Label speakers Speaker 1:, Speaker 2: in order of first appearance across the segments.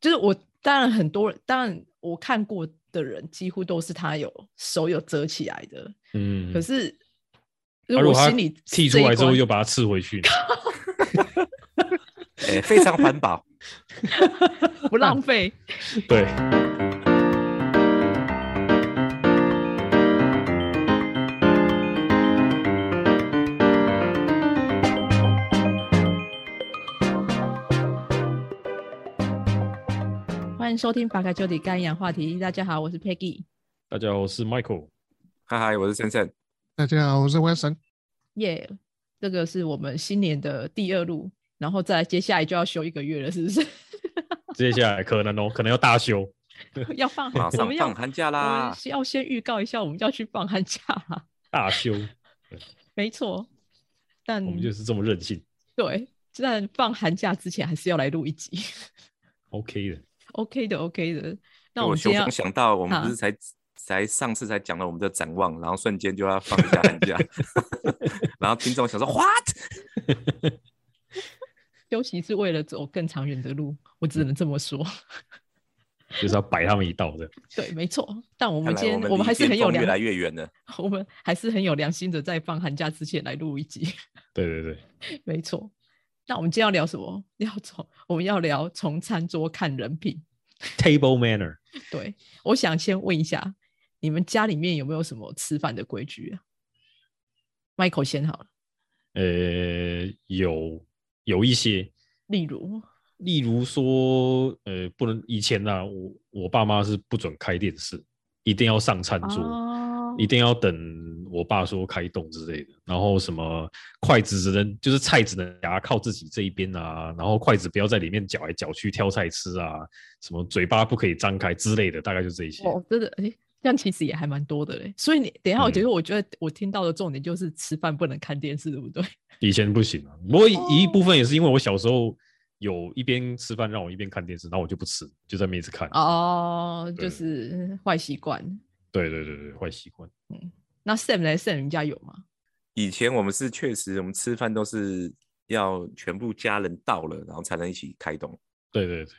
Speaker 1: 就是我当然很多人，当然我看过的人几乎都是他有手有折起来的，
Speaker 2: 嗯，
Speaker 1: 可是
Speaker 2: 啊
Speaker 1: 如
Speaker 2: 如
Speaker 1: 果
Speaker 2: 果他
Speaker 1: 心里
Speaker 2: 剔出
Speaker 1: 这一
Speaker 2: 来之后
Speaker 1: 关
Speaker 2: 又把它刺回 去呢，
Speaker 3: 哎、非常环保。
Speaker 1: 不浪费，
Speaker 2: 对，
Speaker 1: 欢迎收听《法凯丘里干养话题》，大家好，我是 Peggy，
Speaker 2: 大家好，我是 Michael，
Speaker 3: 嗨嗨，我是森森。
Speaker 4: 大家啊好，我是万神。
Speaker 1: 耶这个是我们新年的第二路，然后再来接下来就要休一个月了，是不是？
Speaker 2: 接下来可能哦，可能要大修，
Speaker 1: 要放
Speaker 3: 马
Speaker 1: 我
Speaker 3: 上
Speaker 1: 们要
Speaker 3: 放寒假
Speaker 1: 我
Speaker 3: 啦
Speaker 1: 们！要先预告一下，我们要去放寒假啦，
Speaker 2: 大修，
Speaker 1: 没错，但
Speaker 2: 我
Speaker 1: 嗯
Speaker 2: 们就是这么任性
Speaker 1: 对，但放寒假之前还是要来录一集
Speaker 2: ，OK 的，
Speaker 1: ，OK 的，OK 的。那我
Speaker 3: 我
Speaker 1: 们今
Speaker 3: 熊
Speaker 1: 天要
Speaker 3: 熊想到，我们
Speaker 1: 啊
Speaker 3: 不是才才上次才讲了我们的展望，然后瞬间就要放一下寒假， 然后听众想说 what？
Speaker 1: 休息是为了走更长远的路，我
Speaker 3: 嗯
Speaker 1: 只能这么说。
Speaker 2: 就是要摆他们一道的，
Speaker 1: 对，没错。但我
Speaker 3: 看
Speaker 1: 们今
Speaker 3: 来
Speaker 1: 天
Speaker 3: 们
Speaker 1: 我
Speaker 3: 我
Speaker 1: 们还是很有
Speaker 3: 越来
Speaker 1: 良，
Speaker 3: 越远了。
Speaker 1: 我们还是很有良心的，在放寒假之前来录一集。
Speaker 2: 对对对，
Speaker 1: 没错。那我们今天要聊什么？要从我们要聊从餐桌看人品。
Speaker 2: table manner，
Speaker 1: 对，我想先问一下，你们家里面有没有什么吃饭的规矩啊？Michael 先好了，
Speaker 2: 呃，有有一些，
Speaker 1: 例如，
Speaker 2: 例如说，呃，不能以前啊，我我爸妈是不准开电视，一定要上餐桌，
Speaker 1: 哦
Speaker 2: 一定要等我爸说开动之类的，然后什么筷子只能就是菜只能夹靠自己这一边啊，然后筷子不要在里面搅来搅去挑菜吃啊，什么嘴巴不可以张开之类的，大概就这一些。
Speaker 1: 哦，真的，哎、这样其实也还蛮多的嘞。所以你等一下，我觉
Speaker 2: 嗯
Speaker 1: 得我觉得我听到的重点就是吃饭不能看电视，对不对？
Speaker 2: 以前不行啊，不过
Speaker 1: 哦
Speaker 2: 一一部分也是因为我小时候有一边吃饭让我一边看电视，然后我就不吃，就在那边一直看。
Speaker 1: 哦，就
Speaker 2: 对
Speaker 1: 是坏习惯。
Speaker 2: 对对对对，坏习惯。
Speaker 1: 那 Sam 来 Sam 你们家有吗？
Speaker 3: 以前我们是确实，我们吃饭都是要全部家人到了，然后才能一起开动，
Speaker 2: 对对对，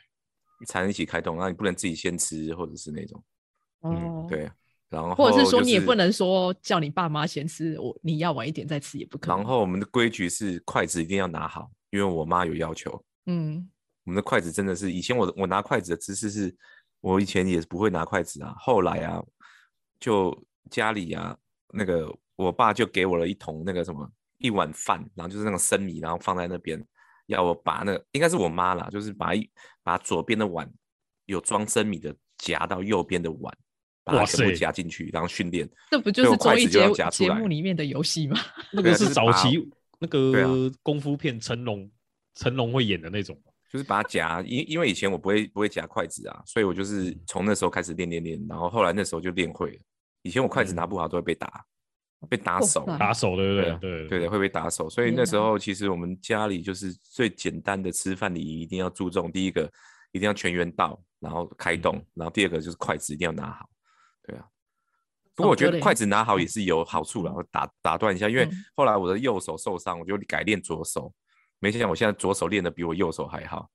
Speaker 3: 才能一起开动。然后你不能自己先吃，或者是那种
Speaker 1: 哦，，
Speaker 3: 嗯对。然后
Speaker 1: 或者是说
Speaker 3: 就
Speaker 1: 你也不能说叫你爸妈先吃，我你要晚一点再吃也不可能。
Speaker 3: 然后我们的规矩是筷子一定要拿好，因为我妈有要求。
Speaker 1: 嗯，
Speaker 3: 我们的筷子真的是，以前我我拿筷子的姿势是，我以前也不会拿筷子啊。后来啊，就家里啊，那个我爸就给我了一桶那个什么一碗饭，然后就是那种生米，然后放在那边，要我把那个应该是我妈啦，就是把一把左边的碗有装生米的夹到右边的碗，把它
Speaker 2: 哇
Speaker 3: 全部
Speaker 2: 塞
Speaker 3: 夹进去，然后训练。
Speaker 1: 这不就
Speaker 3: 对
Speaker 1: 是
Speaker 3: 我筷
Speaker 1: 综
Speaker 3: 子
Speaker 1: 艺
Speaker 3: 就
Speaker 1: 节
Speaker 3: 要夹出
Speaker 1: 节
Speaker 3: 来
Speaker 1: 目里面的游戏吗？
Speaker 2: 那
Speaker 3: 对
Speaker 2: 个
Speaker 3: 啊就是是
Speaker 2: 早
Speaker 3: 把
Speaker 2: 期那
Speaker 3: 对啊
Speaker 2: 个功夫片成龙，成龙会演的那种嘛。
Speaker 3: 就是把它夹，因因为以前我不会不会夹筷子啊，所以我
Speaker 1: 嗯
Speaker 3: 就是从那时候开始练练练，然后后来那时候就练会了。以前我筷子
Speaker 2: 嗯
Speaker 3: 拿不好都会被打，被
Speaker 1: 哇
Speaker 3: 打手，
Speaker 1: 塞
Speaker 2: 打手对不对？对
Speaker 3: 对的，会被打手。所以
Speaker 1: 嗯天
Speaker 3: 那时
Speaker 1: 哪
Speaker 3: 候其实我们家里就是最简单的吃饭礼仪一定要注重，第一个一定要全员到，然后开动，
Speaker 2: 嗯
Speaker 3: 然后第二个就是筷子一定要拿好，对啊。不
Speaker 1: 哦
Speaker 3: 过我觉
Speaker 1: 对
Speaker 3: 得
Speaker 1: 嘞
Speaker 3: 筷子拿好也
Speaker 1: 嗯
Speaker 3: 是有好处啦，我打打断一下，因为
Speaker 1: 嗯
Speaker 3: 后来我的右手受伤，我就改练左手，没想到我现在左手练的比我右手还好，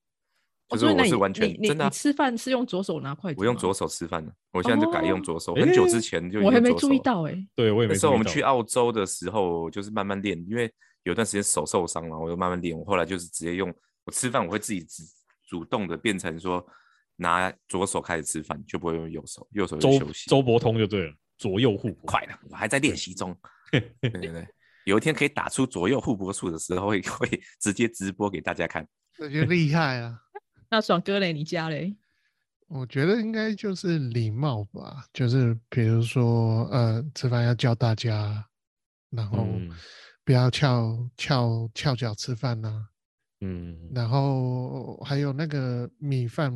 Speaker 1: 哦
Speaker 3: 就是
Speaker 1: 所以
Speaker 3: 我
Speaker 1: 那
Speaker 3: 是
Speaker 1: 你
Speaker 3: 完
Speaker 1: 你
Speaker 3: 全
Speaker 1: 你
Speaker 3: 真的
Speaker 1: 你
Speaker 3: 啊，
Speaker 1: 吃饭是用左手拿筷子吗？
Speaker 3: 我用左手吃饭的，我现在就改用
Speaker 1: 哦
Speaker 3: 左手，很久
Speaker 2: 诶
Speaker 3: 之前就已
Speaker 1: 我还
Speaker 3: 经
Speaker 1: 没
Speaker 3: 左
Speaker 1: 注意
Speaker 3: 手了
Speaker 1: 到哎、欸。
Speaker 2: 对，我也没
Speaker 3: 那时候我
Speaker 2: 注意
Speaker 3: 们去
Speaker 2: 到
Speaker 3: 澳洲的时候，就是慢慢练，因为有段时间手受伤了，我就慢慢练。我后来就是直接用我吃饭，我会自己主主动的变成说拿左手开始吃饭，就不会用右手，右手就
Speaker 2: 周
Speaker 3: 休息。
Speaker 2: 周伯通就对了，左右互补。
Speaker 3: 快了，我还在练习中。对对对，有一天可以打出左右互搏术的时候，会 会直接直播给大家看。
Speaker 4: 我觉得厉害啊！
Speaker 1: 那爽哥嘞，你家嘞？
Speaker 4: 我觉得应该就是礼貌吧，就是比如说，呃，吃饭要叫大家，然后
Speaker 2: 嗯
Speaker 4: 不要翘翘翘脚吃饭呐、
Speaker 2: 嗯，
Speaker 4: 然后还有那个米饭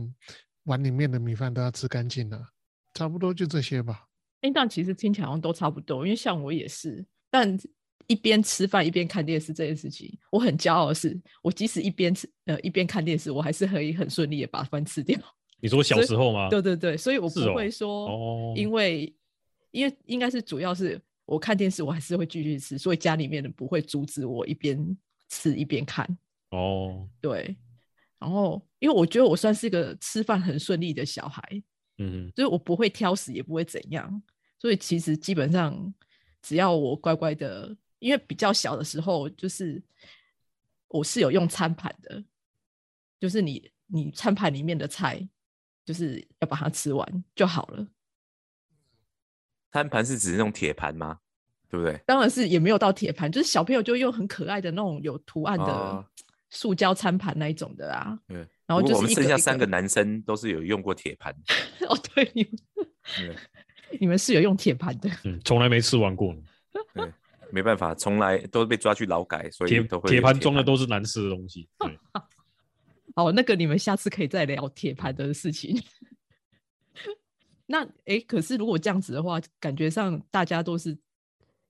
Speaker 4: 碗里面的米饭都要吃干净啊，差不多就这些吧。
Speaker 1: 哎、但其实听起来好像都差不多，因为像我也是，但一边吃饭一边看电视这件事情，我很骄傲的是，我即使一边吃呃一边看电视，我还是可以很顺利的把饭吃掉。
Speaker 2: 你说小时候吗？
Speaker 1: 对对对，所以我
Speaker 2: 啊是
Speaker 1: 不
Speaker 2: 哦
Speaker 1: 会说，
Speaker 2: 哦，
Speaker 1: 因为因为应该是主要是我看电视，我还是会继续吃，所以家里面人不会阻止我一边吃一边看。
Speaker 2: 哦，
Speaker 1: 对，然后，因为我觉得我算是个吃饭很顺利的小孩，
Speaker 2: 嗯
Speaker 1: 就是我不会挑食，也不会怎样，所以其实基本上只要我乖乖的，因为比较小的时候，就是我是有用餐盘的，就是你你餐盘里面的菜，就是要把它吃完就好了。
Speaker 3: 餐盘是指那种铁盘吗？对不对？
Speaker 1: 当然是也没有到铁盘，就是小朋友就用很可爱的那种有图案的
Speaker 3: 哦
Speaker 1: 塑胶餐盘那一种的啊。
Speaker 3: 对。
Speaker 1: 然后
Speaker 3: 不
Speaker 1: 就
Speaker 3: 过
Speaker 1: 是
Speaker 3: 我们
Speaker 1: 一
Speaker 3: 剩
Speaker 1: 个
Speaker 3: 下
Speaker 1: 一
Speaker 3: 三
Speaker 1: 个
Speaker 3: 个男生都是有用过铁盘，
Speaker 1: 哦，对，你们
Speaker 3: 对
Speaker 1: 你们是有用铁盘的，
Speaker 2: 嗯，从来没吃完过，
Speaker 3: 没办法，从来都被抓去劳改，所以
Speaker 2: 铁
Speaker 3: 都会
Speaker 2: 铁
Speaker 3: 有
Speaker 2: 盘装的都是难吃的东西。对，
Speaker 1: 好，那个你们下次可以再聊铁盘的事情。 那诶，可是如果这样子的话，感觉上大家都是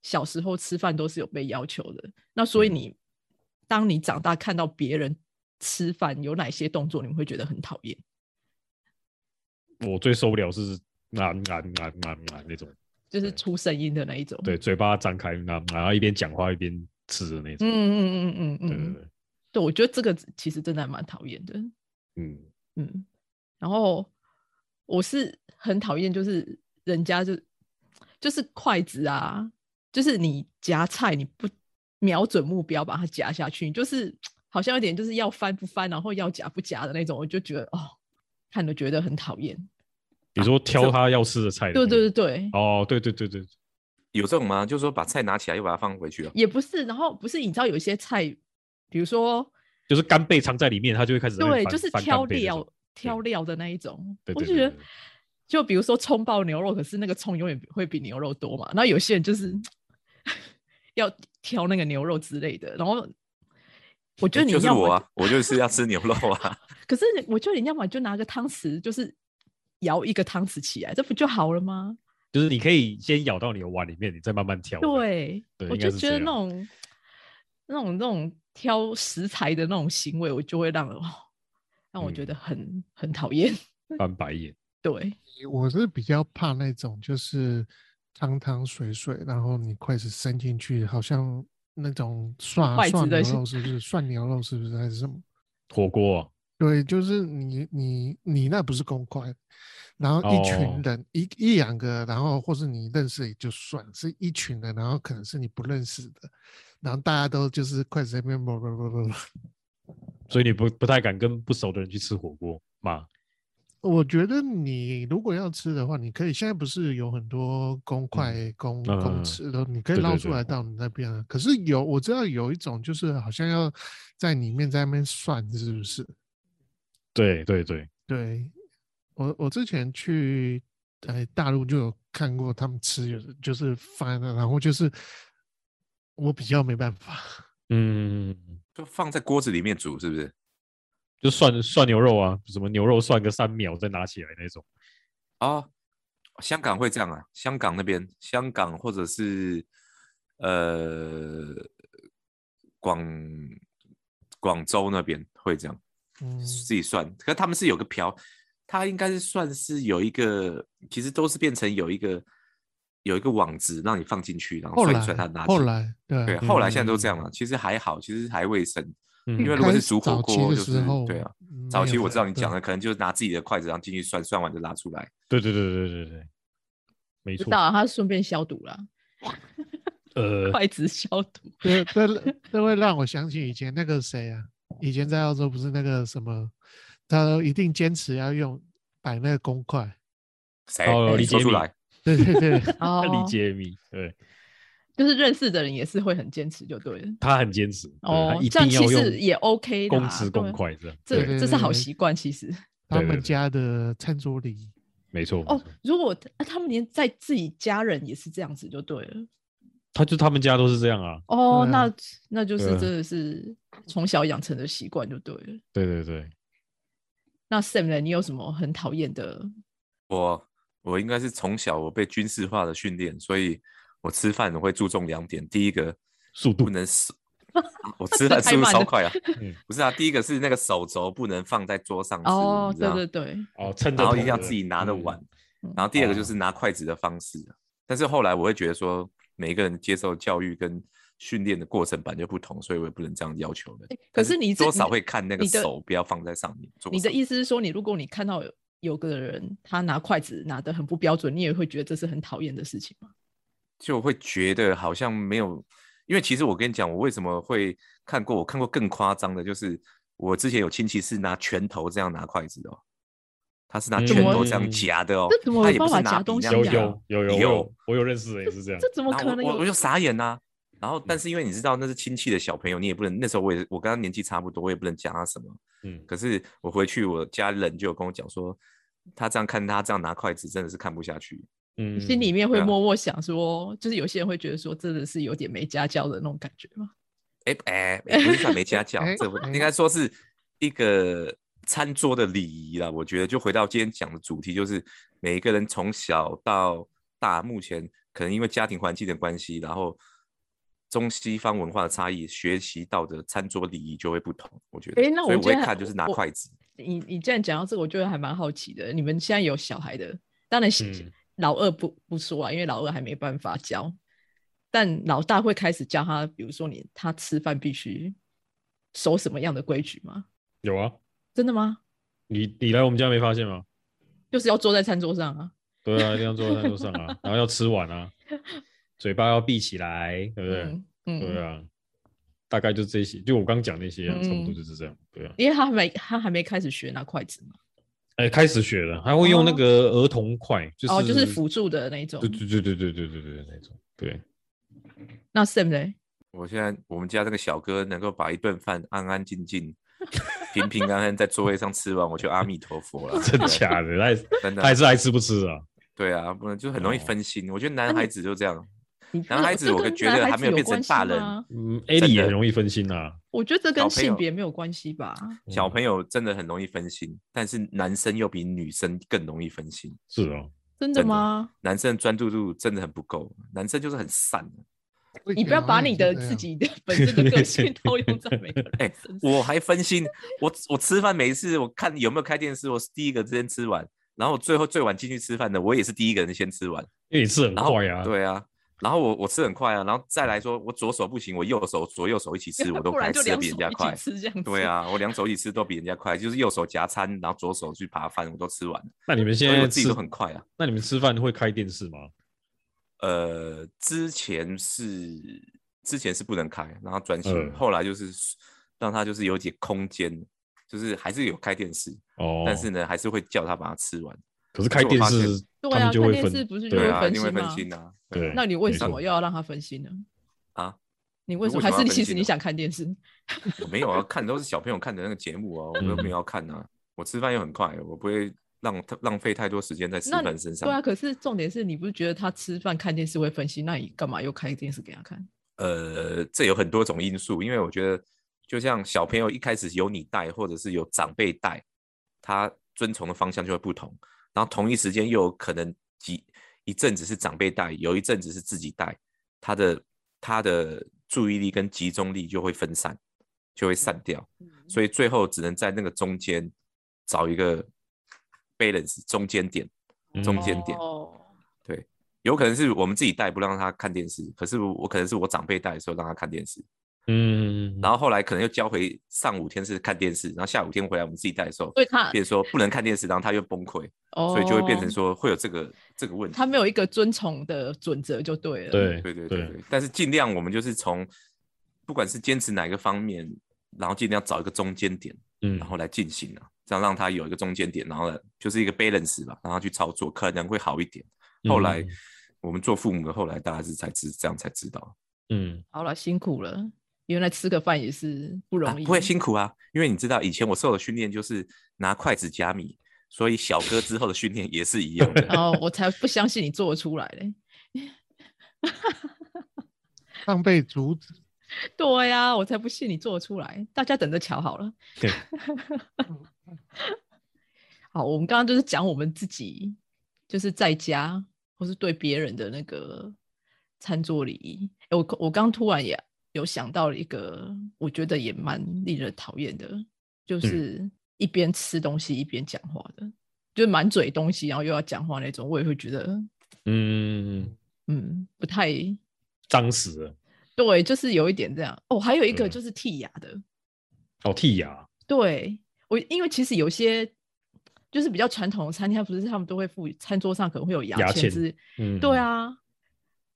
Speaker 1: 小时候吃饭都是有被要求的。那所以
Speaker 3: 嗯
Speaker 1: 你、当你长大看到别人吃饭有哪些动作，你们会觉得很讨厌？
Speaker 2: 我最受不了是啊啊啊啊啊那种，
Speaker 1: 就是
Speaker 2: 对
Speaker 1: 出声音的那一种。
Speaker 2: 对，嘴巴张开啊，然后一边讲话一边吃的那
Speaker 1: 嗯，嗯
Speaker 2: 种。
Speaker 1: 嗯嗯嗯
Speaker 2: 对对
Speaker 1: 嗯，
Speaker 2: 对，
Speaker 1: 对，我觉得这个其实真的还蛮讨厌的。
Speaker 2: 嗯，
Speaker 3: 啊
Speaker 1: 嗯，然后我是很讨厌，就是人家就就是筷子啊，就是你夹菜你不瞄准目标把它夹下去，就是好像有点就是要翻不翻，然后要夹不夹的那种，我就觉得哦，看了觉得很讨厌。
Speaker 2: 你说挑他要吃的菜的那
Speaker 1: 对对
Speaker 2: 个，
Speaker 1: 对对，
Speaker 2: 哦，对对对对，
Speaker 3: 有这种吗？就是说把菜拿起来又把它放回去哦。
Speaker 1: 也不是，然后不是你知道有一些菜，比如说
Speaker 2: 就是干贝藏在里面，他就会开始在那
Speaker 1: 对，
Speaker 2: 边
Speaker 1: 就是
Speaker 2: 翻
Speaker 1: 挑，
Speaker 2: 翻干贝那种
Speaker 1: 料挑料的那一种，
Speaker 2: 对
Speaker 1: 我
Speaker 2: 对
Speaker 1: 就
Speaker 2: 对
Speaker 1: 觉
Speaker 2: 对
Speaker 1: 得
Speaker 2: 对，
Speaker 1: 就比如说葱爆牛肉，可是那个葱永远会比牛肉多嘛。然后有些人就是 要挑那个牛肉之类的，然后我觉得
Speaker 3: 诶
Speaker 1: 你
Speaker 3: 就是
Speaker 1: 要么
Speaker 3: 我啊，我就是要吃牛肉啊。
Speaker 1: 可是我觉得你要么就拿个汤匙，就是舀一个汤匙起来，这不就好了吗？
Speaker 2: 就是你可以先咬到你的碗里面，你再慢慢挑。
Speaker 1: 对，
Speaker 2: 对
Speaker 1: 我
Speaker 2: 应
Speaker 1: 就
Speaker 2: 该是
Speaker 1: 觉
Speaker 2: 这
Speaker 1: 得那
Speaker 2: 样
Speaker 1: 种那种那种挑食材的那种行为，我就会让哦让我觉
Speaker 2: 嗯
Speaker 1: 得很、很讨厌。
Speaker 2: 翻白眼。
Speaker 1: 对，
Speaker 4: 我是比较怕那种就是汤汤水水，然后你筷子伸进去，好像那种涮啊
Speaker 1: 筷
Speaker 4: 涮
Speaker 1: 子的
Speaker 4: 牛
Speaker 1: 是
Speaker 4: 肉是不是涮牛肉是不是还是什么？
Speaker 2: 火锅、啊，
Speaker 4: 对，就是你你你那不是公筷，然后一
Speaker 2: 哦
Speaker 4: 群人、一一两个，然后或是你认识也就算是一群人，然后可能是你不认识的，然后大家都就是筷子在那边 啵啵啵啵啵。
Speaker 2: 所以你不不太敢跟不熟的人去吃火锅嘛？
Speaker 4: 我觉得你如果要吃的话，你可以现在不是有很多公筷、公
Speaker 2: 嗯嗯嗯
Speaker 4: 公匙的，你可
Speaker 2: 对
Speaker 4: 以
Speaker 2: 对
Speaker 4: 捞
Speaker 2: 对
Speaker 4: 出来到你那边啊。可是有我知道有一种就是好像要在里面在那边涮，是不是？
Speaker 2: 对对对，
Speaker 4: 对，我我之前去呃大陆就有看过他们吃，有的就是翻了，然后就是我比较没办法，
Speaker 2: 嗯，
Speaker 3: 就放在锅子里面煮，是不是？
Speaker 2: 就涮涮牛肉啊，什么牛肉涮个三秒再拿起来那种。
Speaker 3: 哦，香港会这样啊，香港那边，香港或者是呃广广州那边会这样
Speaker 4: 嗯，
Speaker 3: 自己算，可他们是有个瓢，它应该是算是有一个，其实都是变成有一个有一个网子让你放进去，然后
Speaker 4: 后
Speaker 3: 算
Speaker 4: 来
Speaker 3: 一算它拿
Speaker 4: 后
Speaker 3: 起来
Speaker 4: 来对
Speaker 3: 对，
Speaker 4: 啊
Speaker 3: 后来现在都这样
Speaker 2: 嗯
Speaker 3: 了，其实还好，其实还卫生。
Speaker 2: 嗯
Speaker 3: 因为
Speaker 4: 一
Speaker 3: 如果
Speaker 4: 开
Speaker 3: 是
Speaker 4: 始
Speaker 3: 煮火
Speaker 4: 早期
Speaker 3: 锅
Speaker 4: 的
Speaker 3: 就
Speaker 4: 时
Speaker 3: 是
Speaker 4: 候
Speaker 3: 对啊
Speaker 4: 嗯
Speaker 3: 早
Speaker 4: 没
Speaker 3: 期
Speaker 4: 有
Speaker 3: 我知道
Speaker 4: 的
Speaker 3: 你讲
Speaker 4: 对
Speaker 3: 的可能就是拿自己的筷子，然后进去涮，涮完就拉出来。
Speaker 2: 对对对对对对对，没
Speaker 1: 知
Speaker 2: 错。
Speaker 1: 道啊他顺便消毒啦，
Speaker 2: 呃，
Speaker 1: 筷子消 毒。
Speaker 4: 这这这会让我想起以前那个谁啊，以前在澳洲不是那个什么，他一定坚持要用摆那个公筷，
Speaker 3: 谁哎
Speaker 2: 哦
Speaker 1: 李
Speaker 3: 说
Speaker 2: 杰
Speaker 3: 出
Speaker 2: 明
Speaker 3: 来？
Speaker 4: 对对 对
Speaker 1: 哦
Speaker 2: 理解你，对
Speaker 1: 就是认识的人也是会很坚持，就对了。
Speaker 2: 他很坚持，对
Speaker 1: 哦
Speaker 2: 他一
Speaker 1: 这样
Speaker 2: 定要
Speaker 1: 其
Speaker 2: 用
Speaker 1: 实也 OK
Speaker 2: 公
Speaker 1: 啦
Speaker 2: 匙
Speaker 1: 对啊
Speaker 2: 公筷这样，
Speaker 1: 这
Speaker 4: 对对
Speaker 1: 这是好
Speaker 4: 对
Speaker 1: 习惯，其实。
Speaker 4: 他
Speaker 2: 对对
Speaker 4: 们
Speaker 2: 对
Speaker 4: 家的餐桌礼仪，
Speaker 2: 没错。没
Speaker 1: 哦
Speaker 2: 错，
Speaker 1: 如果他他们连在自己家人也是这样子，就对了。
Speaker 2: 他就他们家都是这样啊，
Speaker 1: 哦，
Speaker 4: 对啊
Speaker 1: 那那就是
Speaker 2: 对啊
Speaker 1: 真的是从小养成的习惯，就对了。
Speaker 2: 对对对，
Speaker 1: 那 Sam 呢？你有什么很讨厌的？
Speaker 3: 我我应该是从小我被军事化的训练，所以我吃饭我会注重两点。第一个
Speaker 2: 速
Speaker 3: 不
Speaker 2: 度，
Speaker 3: 能手，我吃
Speaker 1: 这
Speaker 3: 饭
Speaker 1: 太
Speaker 3: 速度
Speaker 1: 慢
Speaker 3: 超
Speaker 1: 了
Speaker 3: 快啊
Speaker 2: 嗯，
Speaker 3: 不是啊。第一个是那个手肘不能放在桌上吃，
Speaker 1: 哦
Speaker 3: 你，知
Speaker 1: 对
Speaker 3: 道
Speaker 1: 对对，
Speaker 2: 哦，撑着
Speaker 3: 然后
Speaker 2: 头
Speaker 3: 一定要
Speaker 2: 的
Speaker 3: 自己拿着
Speaker 2: 嗯
Speaker 3: 碗。
Speaker 1: 嗯
Speaker 3: 然后第二个就
Speaker 2: 哦
Speaker 3: 是拿筷子的方式啊。但是后来我会觉得说，每一个人接受教育跟训练的过程版就不同，所以我也不能这样要求的。
Speaker 1: 可
Speaker 3: 但
Speaker 1: 是你这
Speaker 3: 多
Speaker 1: 你
Speaker 3: 少
Speaker 1: 的
Speaker 3: 会看那个
Speaker 1: 你的
Speaker 3: 手不要放在上面。左
Speaker 1: 你的
Speaker 3: 手
Speaker 1: 意思是说，你如果你看到有有个人他拿筷子拿得很不标准，你也会觉得这是很讨厌的事情吗？
Speaker 3: 就会觉得好像没有，因为其实我跟你讲，我为什么会看过，我看过更夸张的，就是我之前有亲戚是拿拳头这样拿筷子的、哦，他是拿
Speaker 2: 嗯
Speaker 3: 拳头这
Speaker 2: 怎
Speaker 3: 样
Speaker 2: 么
Speaker 3: 夹的哦，
Speaker 1: 这怎么
Speaker 3: 他
Speaker 1: 有
Speaker 3: 也不
Speaker 1: 办
Speaker 3: 是
Speaker 1: 法
Speaker 3: 拿
Speaker 1: 夹
Speaker 3: 笔
Speaker 1: 东
Speaker 3: 那
Speaker 1: 西
Speaker 3: 样
Speaker 2: 嗯有
Speaker 1: 啊
Speaker 3: 夹哦
Speaker 2: 有有有
Speaker 3: 有
Speaker 2: 有，我有认识的也是这样。
Speaker 1: 这怎么
Speaker 3: 然后
Speaker 1: 可能
Speaker 3: 我我
Speaker 1: 有嗯
Speaker 3: 我就傻眼啦、然后，但是因为你知道那是亲戚的小朋友，你也不能那时候我也我跟他年纪差不多，我也不能讲他什么。
Speaker 2: 嗯，
Speaker 3: 可是我回去，我家人就有跟我讲说，他这样看他这样拿筷子，真的是看不下去。
Speaker 2: 嗯，
Speaker 1: 心里面会
Speaker 3: 对啊
Speaker 1: 默默想说，就是有些人会觉得说，真的是有点没家教的那种感觉吗？
Speaker 3: 哎哎，不是算没家教，
Speaker 4: 哎
Speaker 3: 这不
Speaker 4: 哎
Speaker 3: 应该说是一个餐桌的礼仪啦。我觉得就回到今天讲的主题，就是每一个人从小到大，目前可能因为家庭环境的关系，然后中西方文化的差异，学习到的餐桌礼仪就会不同。我觉得，
Speaker 1: 哎那
Speaker 3: 所以
Speaker 1: 我
Speaker 3: 我会
Speaker 1: 觉得
Speaker 3: 看就是拿
Speaker 1: 我
Speaker 3: 筷子，
Speaker 1: 你你既然讲到这个，我觉得还蛮好奇的。你们现在有小孩的，当然是
Speaker 2: 嗯
Speaker 1: 老二不不说啊，因为老二还没办法教，但老大会开始教他，比如说你他吃饭必须守什么样的规矩吗？
Speaker 2: 有啊。
Speaker 1: 真的吗？
Speaker 2: 你你来我们家没发现吗？
Speaker 1: 就是要坐在餐桌上啊。
Speaker 2: 对啊，一定要坐在餐桌上啊，然后要吃完啊，嘴巴要闭起来，对不对？
Speaker 1: 嗯嗯，
Speaker 2: 对啊，大概就这些，就我刚讲那些、啊，差不
Speaker 1: 嗯
Speaker 2: 多就是这样。对啊，
Speaker 1: 因为他还没他还没开始学拿筷子嘛，
Speaker 2: 哎，开始学了，还会用那
Speaker 1: 哦
Speaker 2: 个儿童筷，就是、
Speaker 1: 哦，就是辅助的那一种
Speaker 2: 对。对对对对对对对那种，对，
Speaker 1: 那 Sam 呢？
Speaker 3: 我现在我们家这个小哥能够把一顿饭安安静静、平平安安在座位上吃完，我就阿弥陀佛了。
Speaker 2: 真
Speaker 3: 对
Speaker 2: 假的，他也
Speaker 3: 真的
Speaker 2: 他还是爱吃不吃啊？
Speaker 3: 对啊，不然就很容易
Speaker 2: 哦
Speaker 3: 分心。我觉得男
Speaker 1: 你
Speaker 3: 孩子就这样。
Speaker 1: 你不
Speaker 3: 男
Speaker 1: 是
Speaker 3: 孩子
Speaker 1: 这
Speaker 3: 我
Speaker 1: 跟
Speaker 3: 觉
Speaker 1: 男
Speaker 3: 得
Speaker 1: 孩
Speaker 3: 还
Speaker 1: 子
Speaker 3: 没有变
Speaker 1: 关
Speaker 3: 成
Speaker 1: 系
Speaker 3: 大人
Speaker 1: 吗
Speaker 2: 嗯
Speaker 3: 真
Speaker 2: ，Ali 也
Speaker 3: 的
Speaker 2: 很容易分心啊。
Speaker 1: 我觉得这跟
Speaker 3: 小朋友
Speaker 1: 性别没有关系吧？
Speaker 3: 小
Speaker 2: 嗯
Speaker 3: 朋友真的很容易分心，但是男生又比女生更容易分心。
Speaker 2: 是哦，
Speaker 1: 真
Speaker 3: 真
Speaker 1: 的
Speaker 3: 的
Speaker 1: 吗？
Speaker 3: 男生的专注度真的很不够，男生就是很散。
Speaker 1: 你不要
Speaker 2: 啊
Speaker 1: 把你的自，己的 本身的个 性套用在每个
Speaker 3: 哎
Speaker 1: 人身上。
Speaker 3: 我还分心，我我吃饭每一次我看有没有开电视，我是第一个先吃完，然后最后最晚进去吃饭的我也是第一个人先吃完，
Speaker 2: 因为你吃很
Speaker 3: 然后
Speaker 2: 快啊。
Speaker 3: 对啊。然后我我吃很快啊，然后再来说，我左手不行，我右手左右手一 起吃，我都
Speaker 1: 不
Speaker 3: 还
Speaker 1: 然就
Speaker 3: 吃的
Speaker 1: 两
Speaker 3: 比
Speaker 1: 手
Speaker 3: 人家
Speaker 1: 一起
Speaker 3: 快。
Speaker 1: 吃这样子。
Speaker 3: 对，啊，我两手一起吃都比人家快，就是右手夹餐，然后左手去扒饭，我都吃完了。
Speaker 2: 那你们现
Speaker 3: 所以
Speaker 2: 在
Speaker 3: 我自己
Speaker 2: 吃
Speaker 3: 都很快啊。
Speaker 2: 那你们吃饭会开电视吗？
Speaker 3: 呃，之前是之前是不能开，然后转型，
Speaker 2: 嗯
Speaker 3: 后来就是让他就是有点空间，就是还是有开电视，
Speaker 2: 哦，
Speaker 3: 但是呢，还是会叫他把它吃完。
Speaker 2: 可是开
Speaker 3: 可是我
Speaker 2: 电
Speaker 3: 发
Speaker 2: 视
Speaker 3: 现
Speaker 2: 他
Speaker 1: 对啊
Speaker 2: 们就
Speaker 1: 看
Speaker 2: 会
Speaker 1: 电
Speaker 2: 分，
Speaker 1: 视不是就
Speaker 2: 对
Speaker 1: 会
Speaker 2: 啊
Speaker 3: 啊，
Speaker 1: 分
Speaker 3: 因为
Speaker 1: 心
Speaker 3: 分
Speaker 1: 嘛
Speaker 3: 心啊，
Speaker 2: 对
Speaker 1: 那你为什
Speaker 2: 没
Speaker 1: 么
Speaker 2: 错
Speaker 1: 又要让他分心呢？
Speaker 3: 啊，
Speaker 1: 你为什么？
Speaker 3: 为什
Speaker 1: 还
Speaker 3: 么要
Speaker 1: 是你
Speaker 3: 分
Speaker 1: 其实
Speaker 3: 心
Speaker 1: 你
Speaker 3: 呢
Speaker 1: 想看电视？
Speaker 3: 我没有啊，看都是小朋友看的那个节目啊，我都
Speaker 2: 嗯
Speaker 3: 没有要看啊。我吃饭又很快，我不会浪浪费太多时间在吃
Speaker 1: 那
Speaker 3: 饭身上。
Speaker 1: 对啊，可是重点是你不是觉得他吃饭看电视会分心，那你干嘛又开电视给他看？
Speaker 3: 呃，这有很多种因素，因为我觉得，就像小朋友一开始有你带，或者是有长辈带，他遵从的方向就会不同。然后同一时间又有可能几一阵子是长辈带，有一阵子是自己带，他的他的注意力跟集中力就会分散，就会散掉。嗯所以最后只能在那个中间找一个 balance 中间点，
Speaker 2: 嗯
Speaker 3: 中间点。
Speaker 1: 哦，
Speaker 3: 有可能是我们自己带不让他看电视，可是我可能是我长辈带的时候让他看电视，
Speaker 2: 嗯，
Speaker 3: 然后后来可能又交回上五天是看电视，然后下五天回来我们自己带的时候，
Speaker 1: 所以他
Speaker 3: 变成说不能看电视，然后他又崩溃，
Speaker 1: 啊哦，
Speaker 3: 所以就会变成说会有这个这个问题。
Speaker 1: 他没有一个遵从的准则就对了。
Speaker 2: 对
Speaker 3: 对对对
Speaker 2: 对，
Speaker 3: 对，但是尽量我们就是从不管是坚持哪个方面，然后尽量找一个中间点，
Speaker 2: 嗯
Speaker 3: 然后来进行啊，这样让他有一个中间点，然后呢就是一个 balance 吧，然后去操作可能会好一点。后来、
Speaker 2: 嗯
Speaker 3: 我们做父母的，后来大家是才知这样才知道。
Speaker 2: 嗯，
Speaker 1: 好了，辛苦了。原来吃个饭也是不
Speaker 3: 啊
Speaker 1: 容易，
Speaker 3: 不会辛苦啊，因为你知道以前我受的训练就是拿筷子夹米，所以小哥之后的训练也是一样 的。
Speaker 1: 哦，我才不相信你做得出来嘞。
Speaker 4: 浪费阻止，
Speaker 1: 对呀、我才不信你做得出来，大家等着瞧好了。
Speaker 2: 对，
Speaker 1: 好，我们刚刚就是讲我们自己，就是在家或是对别人的那个餐桌礼仪。诶我我刚突然也有想到了一个，我觉得也蛮令人讨厌的，就是一边吃东西一边讲话的，就是满嘴东西然后又要讲话那种，我也会觉得
Speaker 2: 嗯，
Speaker 1: 嗯不太
Speaker 2: 脏死了，
Speaker 1: 对，就是有一点这样。哦，还有一个
Speaker 2: 嗯
Speaker 1: 就是剔牙的，
Speaker 2: 好剔牙，
Speaker 1: 对我，因为其实有些就是比较传统的餐厅，它不是他们都会附餐桌上可能会有牙
Speaker 2: 牙
Speaker 1: 签
Speaker 2: 签
Speaker 1: 之，
Speaker 2: 嗯，
Speaker 1: 对，啊。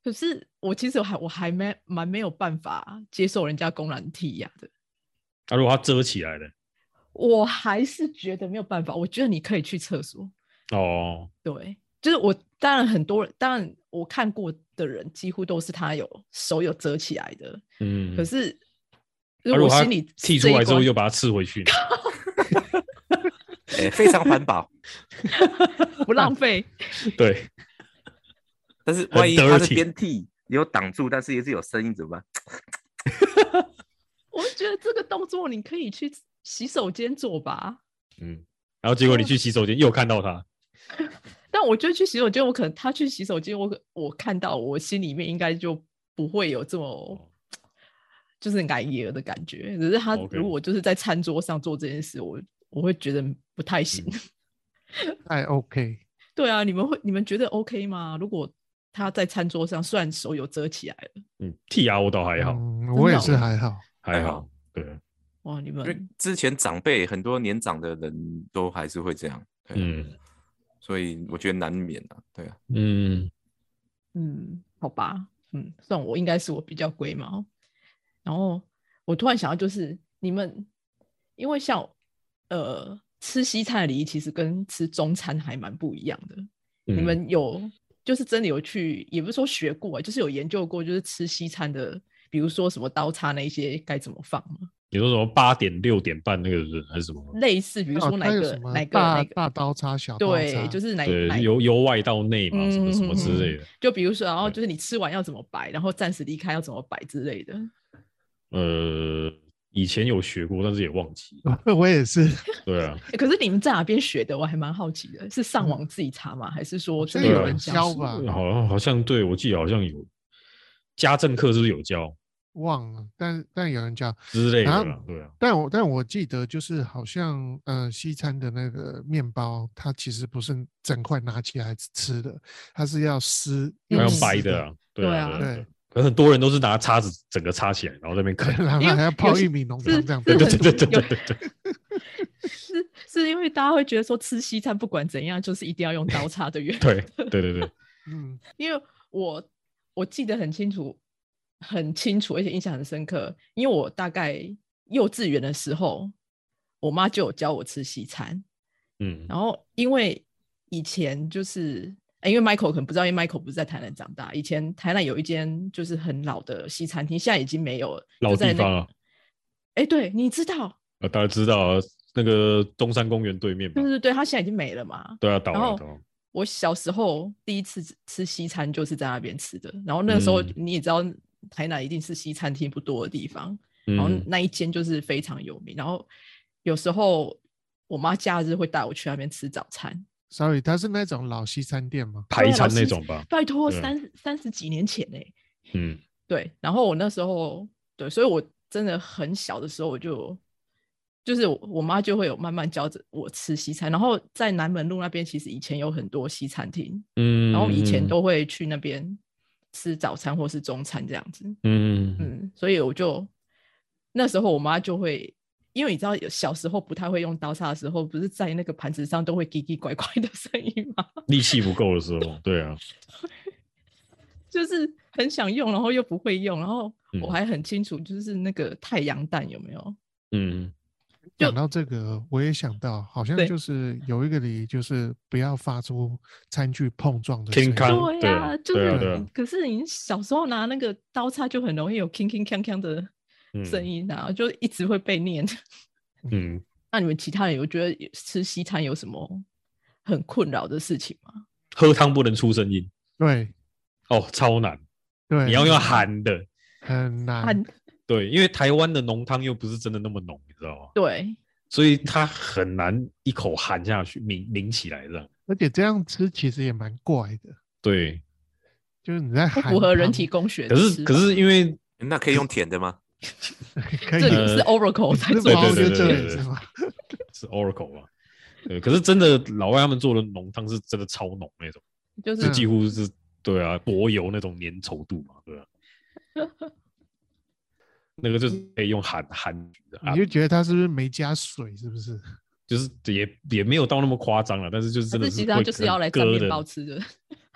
Speaker 1: 可是我其实还我还没蛮没有办法接受人家公然剔牙的，
Speaker 2: 啊，如果它遮起来了，
Speaker 1: 我还是觉得没有办法。我觉得你可以去厕所，
Speaker 2: 哦，
Speaker 1: 对，就是我当然很多人，当然我看过的人几乎都是他有手有折起来的，
Speaker 2: 嗯，
Speaker 1: 可是
Speaker 2: 啊
Speaker 1: 如果
Speaker 2: 它
Speaker 1: 心里
Speaker 2: 剔
Speaker 1: 这
Speaker 2: 出
Speaker 1: 一
Speaker 2: 来之后
Speaker 1: 关
Speaker 2: 又把它刺回去呢，
Speaker 3: 哎、非常环保。
Speaker 1: 不浪费，
Speaker 2: 对，
Speaker 3: 但是
Speaker 2: 很
Speaker 3: 万一它是
Speaker 2: dirty
Speaker 3: 边剃有挡住，但是也是有声音怎么办？
Speaker 1: 我就觉得这个动作你可以去洗手间做吧。
Speaker 2: 嗯，然后结果你去洗手间又看到它，
Speaker 1: 但我就去洗手间，我可能他去洗手间，我可我看到我心里面应该就不会有这
Speaker 3: 哦
Speaker 1: 么就是奶爷的感觉。只是他
Speaker 3: 哦
Speaker 2: OK
Speaker 1: 如果就是在餐桌上做这件事，我我会觉得不太行。
Speaker 3: 嗯
Speaker 4: 太 OK。
Speaker 1: 对啊，你们会你们觉得 OK 吗？如果他在餐桌上，虽然手有遮起来了，
Speaker 2: 嗯，剔牙我倒还好，
Speaker 4: 嗯，
Speaker 1: 真
Speaker 4: 我也
Speaker 1: 的
Speaker 4: 是
Speaker 1: 哦
Speaker 4: 还好。
Speaker 2: 还
Speaker 3: 还
Speaker 2: 好
Speaker 3: 好，
Speaker 2: 对，
Speaker 1: 哇，你
Speaker 3: 因为
Speaker 2: 嗯
Speaker 1: 们
Speaker 3: 之前长辈很多年长的人都还是会这样，对啊，
Speaker 2: 嗯
Speaker 3: 所以我觉得难免啊，对啊，
Speaker 2: 嗯，
Speaker 1: 嗯，好吧，嗯，算我应该是我比较龟毛。然后我突然想到，就是你们因为像呃吃西餐的礼仪，其实跟吃中餐还蛮不一样的。你
Speaker 2: 嗯
Speaker 1: 们有就是真的有去，也不是说学过、啊，就是有研究过，就是吃西餐的，比如说什么刀叉那一些该怎么放吗？
Speaker 2: 你说什么八点六点半那个是还是什么？
Speaker 1: 类似，比如说
Speaker 4: 哦
Speaker 1: 哪
Speaker 4: 它有
Speaker 1: 个
Speaker 4: 什么
Speaker 1: 哪个
Speaker 4: 大
Speaker 1: 哪个
Speaker 4: 大刀叉小刀叉
Speaker 1: 对，就是哪哪
Speaker 2: 对，由由外到内嘛，什么什么之
Speaker 1: 嗯
Speaker 2: 类的。
Speaker 1: 就比如说，然后
Speaker 2: 对
Speaker 1: 就是你吃完要怎么摆，然后暂时离开要怎么摆之类的。
Speaker 2: 呃，以前有学过，但是也忘记。
Speaker 4: 我也是，
Speaker 2: 对啊，
Speaker 1: 欸可是你们在哪边学的？我还蛮好奇的，是上网自己查吗？还是说真
Speaker 4: 所
Speaker 1: 的
Speaker 4: 以有
Speaker 2: 对啊
Speaker 4: 人
Speaker 1: 教
Speaker 4: 教
Speaker 1: 是
Speaker 4: 吧，
Speaker 2: 好像好像对我记得好像有家政课是不是有教
Speaker 4: 忘了，但但有人教。
Speaker 2: 之类的
Speaker 4: 啊
Speaker 2: 啦？对啊，
Speaker 4: 但我但我记得就是好像呃西餐的那个面包，它其实不是整块拿起来吃的，它是要撕，
Speaker 1: 嗯
Speaker 2: 还有
Speaker 4: 撕
Speaker 2: 掰的啊，对
Speaker 1: 对啊
Speaker 2: 啊，对
Speaker 4: 对
Speaker 2: 啊。可是很多人都是拿叉子整个插起来，然后在那边啃。
Speaker 4: 然后
Speaker 1: 因为
Speaker 4: 还要泡
Speaker 1: 有些
Speaker 4: 玉米浓
Speaker 1: 是
Speaker 4: 汤这样
Speaker 1: 是
Speaker 2: 对
Speaker 4: 子。
Speaker 2: 对
Speaker 1: 很
Speaker 2: 对对对
Speaker 1: 有
Speaker 2: 对对对，
Speaker 1: 是是因为大家会觉得说吃西餐不管怎样，就是一定要用刀叉的原因。
Speaker 2: 对对对对，
Speaker 4: 嗯，
Speaker 1: 因 为我我记得很清楚，很清楚，而且印象很深刻。因为我大概幼稚园的时候，我妈就有教我吃西餐，
Speaker 2: 嗯，
Speaker 1: 然后因为以前就是，呃因为 Michael 可能不知道，因为 Michael 不是在台南长大，以前台南有一间就是很老的西餐厅，现在已经没有了，
Speaker 2: 老
Speaker 1: 就在
Speaker 2: 地
Speaker 1: 那
Speaker 2: 方
Speaker 1: 个。
Speaker 2: 啊，
Speaker 1: 哎，对，你知道，
Speaker 2: 啊大家知道啊，那个中山公园对面嘛
Speaker 1: 对，对对，他现在已经没了嘛。
Speaker 2: 对啊，倒
Speaker 1: 然
Speaker 2: 了
Speaker 1: 后
Speaker 2: 倒了，
Speaker 1: 我小时候第一次吃吃西餐就是在那边吃的，然后那个时候
Speaker 2: 嗯
Speaker 1: 你也知道，台南一定是西餐厅不多的地方，然后
Speaker 2: 嗯
Speaker 1: 那一间就是非常有名。然后有时候我妈假日会带我去那边吃早餐，
Speaker 4: ，sorry，它是那种老西餐店吗？
Speaker 2: 排
Speaker 1: 对啊
Speaker 2: 餐
Speaker 1: 老
Speaker 2: 那
Speaker 1: 师
Speaker 2: 种吧，
Speaker 1: 拜托
Speaker 2: 对
Speaker 1: 三三十几年前哎、
Speaker 2: 嗯，
Speaker 1: 对，然后我那时候对，所以我真的很小的时候我就，就是我我妈就会有慢慢教着我吃西餐，然后在南门路那边其实以前有很多西餐厅，
Speaker 2: 嗯，
Speaker 1: 然后以前都会去那边吃早餐或是中餐这样子，
Speaker 2: 嗯，嗯，
Speaker 1: 嗯，所以我就那时候我妈就会。因为你知道有小时候不太会用刀叉的时候，不是在那个盘子上都会叽叽怪怪的声音吗？
Speaker 2: 力气不够的时候，对啊，
Speaker 1: 就是很想用，然后又不会用，然后我
Speaker 2: 嗯
Speaker 1: 还很清楚，就是那个太阳蛋有没有？
Speaker 2: 嗯，
Speaker 1: 就
Speaker 4: 讲到这个，我也想到，好像
Speaker 1: 对
Speaker 4: 就是有一个礼仪，就是不要发出餐具碰撞的声
Speaker 2: 听
Speaker 4: 音。
Speaker 2: 康
Speaker 1: 对
Speaker 2: 对
Speaker 1: 呀、
Speaker 2: 啊
Speaker 1: 就
Speaker 2: 对
Speaker 1: 是、
Speaker 2: 啊对啊
Speaker 1: 可是你小时候拿那个刀叉就很容易有铿铿锵锵的
Speaker 2: 嗯
Speaker 1: 声音啊，就一直会被念。
Speaker 2: 嗯，
Speaker 1: 那你们其他人有觉得有吃西餐有什么很困扰的事情吗？
Speaker 2: 喝汤不能出声音
Speaker 4: 对
Speaker 2: 哦，超难，
Speaker 4: 对，
Speaker 2: 你要用喊的，
Speaker 4: 很
Speaker 1: 啊
Speaker 4: 难，，
Speaker 2: 对，因为台湾的浓汤又不是真的那么浓，你知道吗？
Speaker 1: 对，
Speaker 2: 所以它很难一口含下去，抿抿起来这样。
Speaker 4: 而且这样吃其实也蛮怪的，
Speaker 2: 对，
Speaker 4: 就是你在
Speaker 1: 不
Speaker 4: 喊
Speaker 1: 符合人
Speaker 4: 汤
Speaker 1: 体，工学
Speaker 2: 可
Speaker 1: 的
Speaker 2: 是
Speaker 1: 吃法。
Speaker 2: 可是因为
Speaker 3: 那可以用舔的吗？
Speaker 4: 可以
Speaker 1: 这里
Speaker 2: 呃
Speaker 1: 是 Oracle 才
Speaker 4: 是
Speaker 1: 做
Speaker 4: 吗？
Speaker 1: 的
Speaker 2: 对
Speaker 1: 事
Speaker 2: 对
Speaker 4: 我觉得这
Speaker 2: 对
Speaker 4: 里是
Speaker 2: 对
Speaker 4: 吗？
Speaker 2: 是 Oracle 嘛，对，可是真的老外他们做的浓汤是真的超浓那种，
Speaker 1: 就是
Speaker 4: 嗯
Speaker 2: 是几乎是对啊，薄油那种粘稠度嘛，对啊。那个就是可以用韩韩语的啊
Speaker 1: 呃
Speaker 4: 你，就觉得它是不是没加水？是不是？
Speaker 2: 就是也也没有到那么夸张了，但是就是真
Speaker 1: 但
Speaker 2: 的
Speaker 1: 是
Speaker 2: 是
Speaker 1: 其实它
Speaker 2: 会
Speaker 1: 就是
Speaker 2: 很
Speaker 1: 要来
Speaker 2: 割
Speaker 1: 蘸面
Speaker 2: 的
Speaker 1: 包吃的。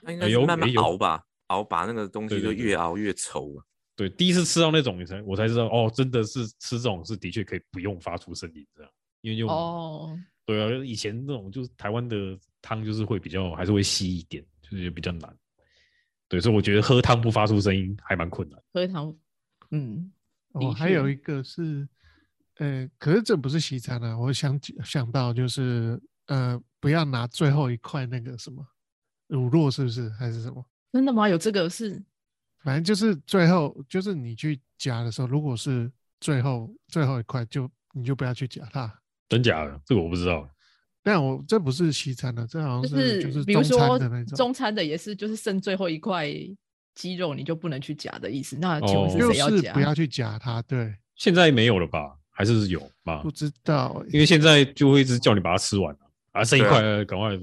Speaker 3: 它应该
Speaker 2: 哎
Speaker 3: 是
Speaker 2: 呦
Speaker 3: 慢慢
Speaker 2: 哎呦
Speaker 3: 熬吧，熬把那个东
Speaker 2: 对
Speaker 3: 西就
Speaker 2: 对对
Speaker 3: 越熬越稠啊。
Speaker 2: 对，第一次吃到那种，你才我才知道哦，真的是吃这种是的确可以不用发出声音这样，因为就
Speaker 1: 哦，
Speaker 2: 对啊，以前那种就是台湾的汤就是会比较还是会稀一点，就是也比较难。对，所以我觉得喝汤不发出声音还蛮困难。
Speaker 1: 喝糖，嗯，
Speaker 4: 哦，
Speaker 1: 的
Speaker 4: 还有
Speaker 1: 确
Speaker 4: 一个是，呃，可是这不是西餐啊。我想起想到就是，呃，不要拿最后一块那个什么乳酪，是不是还是什么？
Speaker 1: 真的吗？有这个是
Speaker 4: 反正就是最后，就是你去夹的时候，如果是最后最后一块就，你就不要去夹它。
Speaker 2: 真假的，这个我不知道。
Speaker 4: 但我这不是西餐的，啊这好像
Speaker 1: 就是
Speaker 4: 就是
Speaker 1: 比如
Speaker 4: 中
Speaker 1: 说
Speaker 4: 餐的那种，
Speaker 1: 中餐的也是，就是剩最后一块鸡肉你就不能去夹的意思。那请问
Speaker 2: 哦
Speaker 1: 是
Speaker 4: 就
Speaker 1: 谁要
Speaker 4: 是
Speaker 1: 夹？
Speaker 4: 不要去夹它。对，
Speaker 2: 现在没有了吧？还是有吧
Speaker 4: 不？知道欸、
Speaker 2: 因为现在就会一直叫你把它吃完啊，啊剩一
Speaker 3: 对啊
Speaker 2: 块呃赶快呃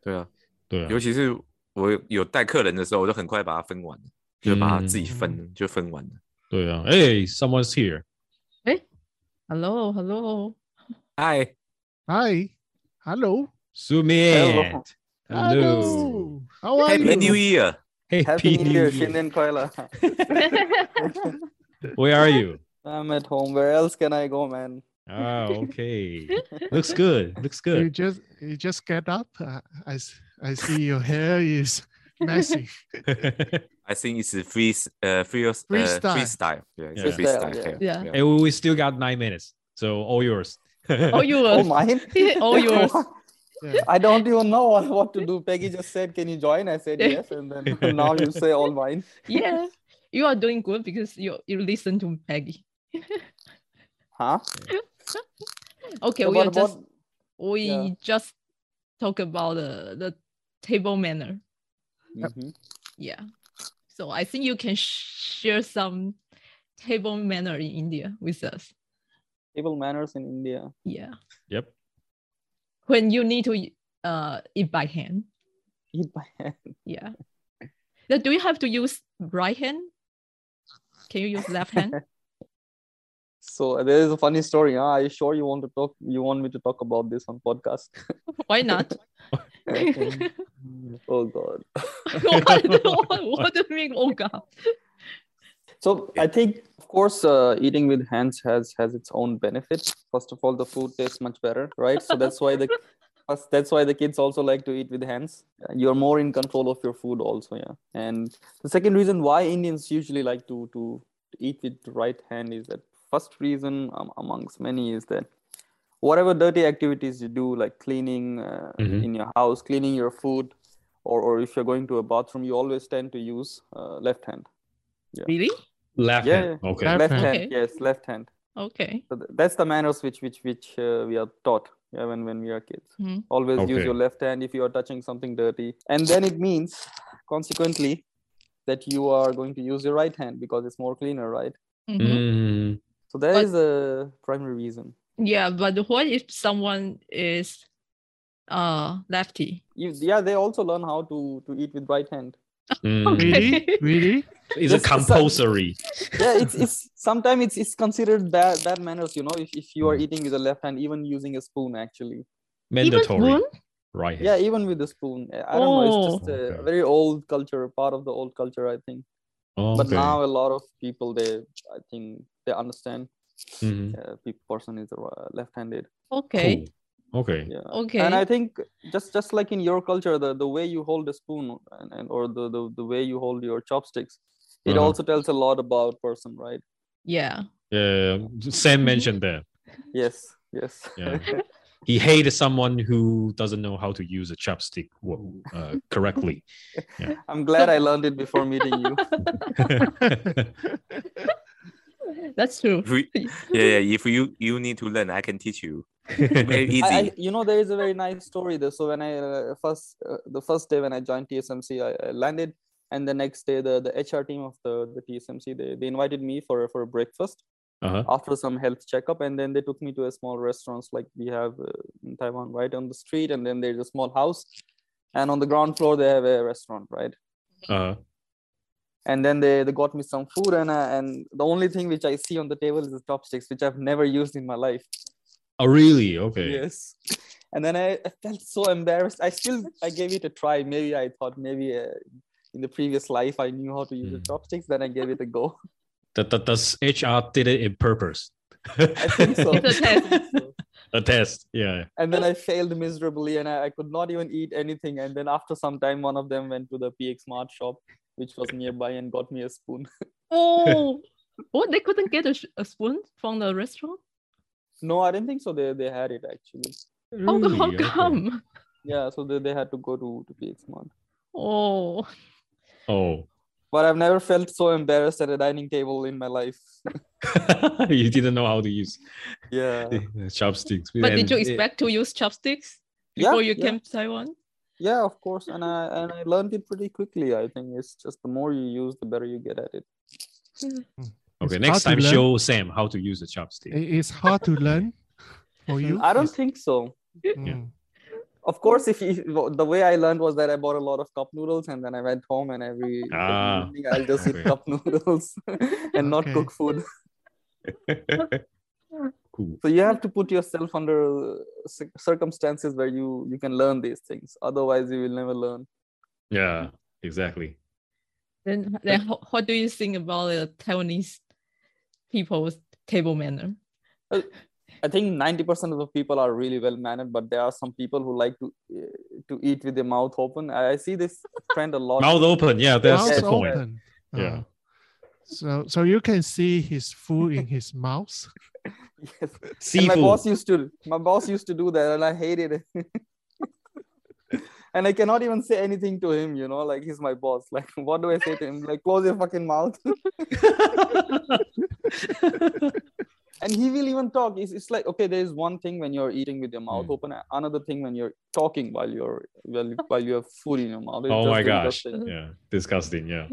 Speaker 3: 对啊，
Speaker 2: 对啊
Speaker 3: 尤，其是我有带客人的时候，我就很快把它分完了，就把它自
Speaker 2: 嗯
Speaker 3: 己分了，就分完了。
Speaker 2: 对啊。哎、s o m e o n e s here。
Speaker 1: Hello，Hello，
Speaker 3: 嗨，
Speaker 4: 嗨，Hello。
Speaker 2: Sumit。
Speaker 4: Hello，How are
Speaker 3: Happy New
Speaker 4: you？
Speaker 3: Year！
Speaker 5: Happy
Speaker 2: Happy
Speaker 5: New Year, 新年快乐
Speaker 2: Where are you?
Speaker 5: I'm at home. Where else can I go, man?
Speaker 2: Ah, okay. Looks good. Looks
Speaker 4: You
Speaker 2: good.
Speaker 4: just you just get up. I I, s- I see your hair is messy.
Speaker 3: I think it's a free, uh, free, uh,
Speaker 4: Freestyle.
Speaker 3: freestyle. Yeah, it's a
Speaker 2: Yeah.
Speaker 3: freestyle.
Speaker 5: Freestyle,
Speaker 1: yeah.
Speaker 3: yeah.
Speaker 2: And we we still got nine minutes, so all yours.
Speaker 1: All yours.
Speaker 5: Oh, mine?
Speaker 1: All yours.
Speaker 4: Yeah.
Speaker 5: I don't even know what- what to do. Peggy just said, Can you join? I said, Yes. And then now you say all mine.
Speaker 1: Yeah, you are doing good because you you listen to Peggy.
Speaker 5: Huh?
Speaker 1: Okay,
Speaker 5: So
Speaker 1: we are
Speaker 5: what
Speaker 1: just
Speaker 5: about-
Speaker 1: we
Speaker 5: Yeah.
Speaker 1: just talk about the the table manner.
Speaker 5: Mhm.
Speaker 1: Yeah, so I think you can share some table manner in India with us.
Speaker 5: Table manners in India.
Speaker 1: Yeah,
Speaker 2: Yep.
Speaker 1: when you need to uh eat by hand.
Speaker 5: Eat by hand.
Speaker 1: Yeah. Now, do you have to use right hand? Can you use left hand?
Speaker 5: So uh, there is a funny story. Huh? Are you sure you want to talk? You want me to talk about this on podcast?
Speaker 1: Why not?
Speaker 5: oh God.
Speaker 1: what, what, what do you mean? Oh God.
Speaker 5: So I think, of course, uh, eating with hands has has its own benefit. First of all, the food tastes much better, right? So that's why the plus- that's why the kids also like to eat with hands. Uh, You're more in control of your food, also, yeah. And the second reason why Indians usually like to to eat with the right hand is that first reason um, amongst many is that whatever dirty activities you do, like cleaning uh,
Speaker 2: Mhm.
Speaker 5: in your house, cleaning your food, or or if you're going to a bathroom, you always tend to use uh, left hand.
Speaker 1: Really?
Speaker 2: Left
Speaker 5: Yeah,
Speaker 2: hand. Okay.
Speaker 4: Left
Speaker 5: left
Speaker 4: hand.
Speaker 5: hand,
Speaker 1: Okay.
Speaker 5: yes left hand
Speaker 1: Okay.
Speaker 5: so th- that's the manners which which which uh, we are taught yeah, when when we are kids
Speaker 1: Mhm.
Speaker 5: always use
Speaker 2: Okay.
Speaker 5: your left hand if you are touching something dirty and then it means consequently that you are going to use your right hand because it's more cleaner right
Speaker 1: Mhm.
Speaker 2: Mm,
Speaker 5: so that
Speaker 1: But-
Speaker 5: is a primary reason
Speaker 1: Yeah, but what if someone is uh lefty?
Speaker 5: you, yeah they also learn how to to eat with right hand
Speaker 2: mm.
Speaker 4: Really? Really?
Speaker 2: It's a
Speaker 5: Just- it's a-
Speaker 2: compulsory.
Speaker 5: yeah it's it's sometimes it's, it's considered bad bad manners you know if, if you are
Speaker 2: Mm.
Speaker 5: eating with the left hand even using a spoon actually
Speaker 2: mandatory
Speaker 1: spoon?
Speaker 2: right
Speaker 5: yeah
Speaker 2: hand.
Speaker 5: even with the spoon i I don't know it's just a
Speaker 2: Okay.
Speaker 5: very old culture part of the old culture i think
Speaker 2: Oh,
Speaker 5: but
Speaker 2: okay.
Speaker 5: now a lot of people they i think they understand
Speaker 2: Mhm.
Speaker 5: uh, pe- person is uh, left-handed
Speaker 1: Okay.
Speaker 2: Cool. okay
Speaker 5: yeah
Speaker 1: Okay.
Speaker 5: and i think just just like in your culture the, the way you hold a spoon and, and or the, the the way you hold your chopsticks it
Speaker 2: Uh-huh.
Speaker 5: also tells a lot about person right
Speaker 1: yeah.
Speaker 2: yeah sam mentioned that
Speaker 5: yes yes
Speaker 2: yeah he hated someone who doesn't know how to use a chopstick wo- uh, correctly
Speaker 5: i'm glad i learned it before meeting you
Speaker 1: That's true.
Speaker 3: If we- yeah, yeah. If you you need to learn, I can teach you. Very easy.
Speaker 5: I, I, you know, there is a very nice story there. So when I uh, first, uh, the first day when I joined TSMC, I, I landed, and the next day the, the HR team of the, the TSMC they, they invited me for a- for a breakfast
Speaker 2: uh-huh.
Speaker 5: after some health checkup, and then they took me to a small restaurants like we have uh, in Taiwan, right on the street, and then there's a
Speaker 2: Uh,
Speaker 5: small house, and on the ground floor they have a restaurant, right?
Speaker 2: Uh-huh.
Speaker 5: and then they, they got me some food and I, and the only thing which i see on the table is the chopsticks which i've never used in my life
Speaker 2: Oh, really? Okay.
Speaker 5: yes and then I, I felt so embarrassed i still i gave it a try maybe i thought maybe uh, in the previous life i knew how to use the
Speaker 2: Mm.
Speaker 5: chopsticks then i gave it a go
Speaker 2: That, that, does HR did it in purpose?
Speaker 5: i think so
Speaker 1: It's a test.
Speaker 5: I think so.
Speaker 2: a test. Yeah.
Speaker 5: and then i failed miserably and I, I could not even eat anything and then after some time one of them went to the px mart shop which was nearby and got me a spoon
Speaker 1: Oh, what? They couldn't get a, sh- a spoon from the restaurant?
Speaker 5: no i didn't think so they, they had it actually
Speaker 1: Oh, How,
Speaker 2: Really?
Speaker 1: how
Speaker 2: Okay.
Speaker 1: come?
Speaker 5: yeah so they, they had to go to, to px mart
Speaker 1: Oh,
Speaker 2: Oh,
Speaker 5: but I've never felt so embarrassed at a dining table in my life.
Speaker 2: you didn't know how to use
Speaker 5: Yeah.
Speaker 2: the chopsticks.
Speaker 1: but did you
Speaker 2: And-
Speaker 1: expect to use chopsticks
Speaker 5: Yeah,
Speaker 1: before you
Speaker 5: yeah.
Speaker 1: came to Taiwan?
Speaker 5: Yeah, of course. And I and I learned it pretty quickly. I think it's just the more you use, the better you get at it.
Speaker 2: Okay,
Speaker 4: It's
Speaker 2: next
Speaker 4: hard
Speaker 2: time
Speaker 4: to learn.
Speaker 2: show Sam how to use a chopstick.
Speaker 4: It- It's hard to learn for you.
Speaker 5: I don't think so.
Speaker 4: Mm.
Speaker 5: Of course, if you, the way I learned was that I bought a lot of cup noodles and then I went home and every every
Speaker 2: Ah,
Speaker 5: evening I'll just eat
Speaker 2: okay.
Speaker 5: cup noodles and not
Speaker 4: Okay.
Speaker 5: cook food.
Speaker 2: cool.
Speaker 5: So you have to put yourself under uh, cir- circumstances where you you can learn these things. Otherwise, you will never learn.
Speaker 2: Yeah, exactly.
Speaker 1: Then, then ho- what do you think about the Taiwanese people's table manner?
Speaker 5: I think ninety percent of the people are really well mannered, but there are some people who like to uh, to eat with their mouth open. I I see this trend a lot.
Speaker 2: Mouth open. Yeah, that's
Speaker 4: Mouth
Speaker 2: the point.
Speaker 4: open.
Speaker 2: Yeah.
Speaker 4: Uh, so so you can see his food in his mouth.
Speaker 5: Yes. And my
Speaker 2: Seafood.
Speaker 5: boss used to my boss used to do that, and I hated it. and I cannot even say anything to him. You know, like he's my boss. Like what do I say to him? Like close your fucking mouth. and he will even talk. It's, it's like okay, there is one thing when you're eating with your mouth
Speaker 2: Mm.
Speaker 5: open, a- another thing when you're talking while you're while, you- while you have food in your mouth. It's
Speaker 2: oh my
Speaker 5: just
Speaker 2: gosh.
Speaker 5: disgusting.
Speaker 2: Yeah, disgusting. Yeah.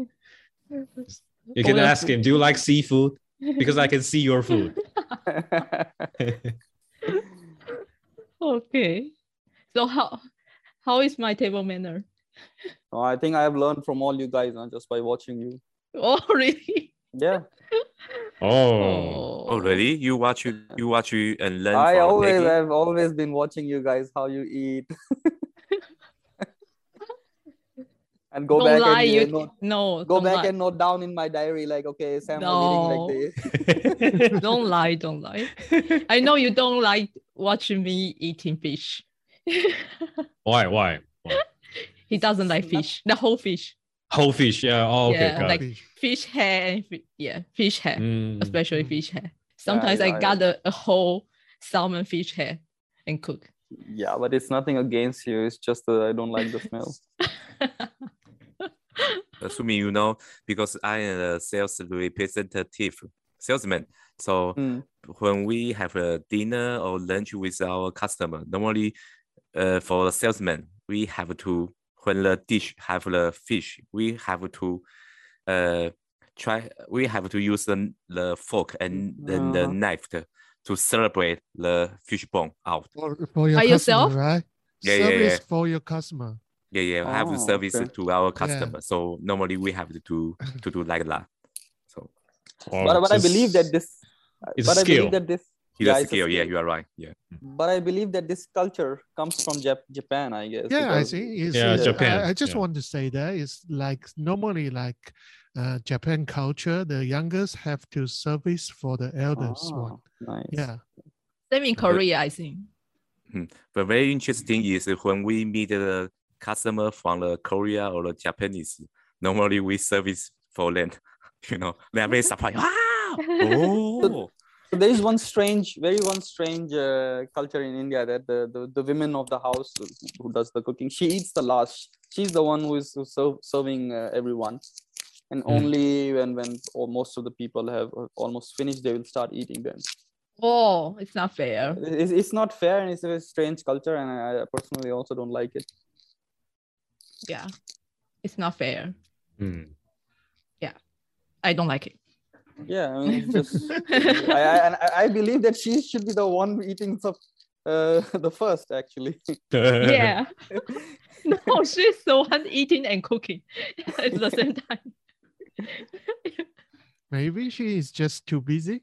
Speaker 2: You
Speaker 5: Oh,
Speaker 2: can
Speaker 5: yeah.
Speaker 2: ask him, do you like seafood? Because I can see your food.
Speaker 1: okay. So how how is my table manner?
Speaker 5: No, I think I have learned from all you guys huh, just by watching you.
Speaker 1: Oh really?
Speaker 5: Yeah, Hmm.
Speaker 2: Oh,
Speaker 3: Oh, really? You watch you, you watch you and learn.
Speaker 5: I
Speaker 3: from
Speaker 5: always
Speaker 3: Peggy?
Speaker 5: I've always been watching you guys how you eat. and go
Speaker 1: Don't
Speaker 5: back
Speaker 1: lie.
Speaker 5: and uh,
Speaker 1: you
Speaker 5: note,
Speaker 1: no.
Speaker 5: go
Speaker 1: don't
Speaker 5: back
Speaker 1: lie.
Speaker 5: and note down in my diary like okay Sam was eating like this.
Speaker 1: don't lie. Don't lie. I know you don't like watching me eating fish.
Speaker 2: why? Why? Why?
Speaker 1: He doesn't like
Speaker 5: Snap.
Speaker 1: fish. The whole fish.
Speaker 2: Whole fish. Yeah. Oh, okay.
Speaker 1: Yeah,
Speaker 2: got
Speaker 1: like-
Speaker 2: it.
Speaker 1: Fish hair and fi- yeah, fish hair.
Speaker 2: Mm.
Speaker 1: especially
Speaker 4: Mm.
Speaker 1: fish hair. Sometimes
Speaker 5: yeah,
Speaker 1: I
Speaker 5: I-
Speaker 1: gather a whole salmon fish hair and cook.
Speaker 5: Yeah, but it's nothing against you. It's just that I don't like the smell.
Speaker 3: Assuming you know, because I am a sales representative, salesman. So
Speaker 5: Mm.
Speaker 3: when we have a dinner or lunch with our customer, normally uh, for the salesman, we have to, when the dish have the fish, we have to uh, try, we have to use the, the fork and then the
Speaker 5: Uh-huh.
Speaker 3: knife to, to celebrate the fish bone out.
Speaker 4: For, for your
Speaker 1: By
Speaker 4: customer,
Speaker 1: yourself?
Speaker 4: right?
Speaker 3: Yeah, yeah,
Speaker 4: Service
Speaker 3: yeah.
Speaker 4: for your customer.
Speaker 3: Yeah, yeah, I have to
Speaker 5: Oh,
Speaker 3: service
Speaker 5: okay.
Speaker 3: to our
Speaker 4: Yeah.
Speaker 3: customer. So normally we have to do, to do like that. So
Speaker 2: Wow,
Speaker 5: but but I
Speaker 2: it's a
Speaker 5: believe that
Speaker 2: s-
Speaker 5: this
Speaker 2: it's a
Speaker 5: but I
Speaker 2: skill.
Speaker 5: believe that this
Speaker 3: it's
Speaker 5: Yeah,
Speaker 3: a
Speaker 5: it's a
Speaker 3: skill. Yeah,
Speaker 5: skill.
Speaker 3: you are right. Yeah.
Speaker 5: but I believe that this culture comes from Jap- Japan, I guess.
Speaker 4: Yeah, I
Speaker 5: because-
Speaker 4: think it's,
Speaker 2: Yeah,
Speaker 4: it's-
Speaker 2: Japan,
Speaker 4: I, I just
Speaker 2: yeah.
Speaker 4: want to say that it's like normally like uh, Japan culture, the youngest have to service for the eldest one.
Speaker 5: Ah, Nice.
Speaker 4: Yeah.
Speaker 1: Same in Korea, I think.
Speaker 3: But very interesting is when we meet the customer from the Korea or the Japanese, normally we service for them. You know, they are very surprised. Wow! Oh!
Speaker 5: So there is one strange, very one strange uh, culture in India that the, the the women of the house who does the cooking, she eats the last. She's the one who is who serve, serving uh, everyone, and
Speaker 2: Mm.
Speaker 5: only when when or most of the people have uh, almost finished, they will start eating them.
Speaker 1: Oh, it's not fair.
Speaker 5: It's, it's not fair, and it's a very strange culture, and I I personally also don't like it.
Speaker 1: Yeah, it's not fair.
Speaker 2: Mm.
Speaker 1: I don't like it.
Speaker 5: Yeah, I mean, it's just I, I and I- I believe that she should be the one eating the uh, the first actually.
Speaker 1: yeah. No, she's the one eating and cooking at the same time.
Speaker 4: Maybe she is just too busy.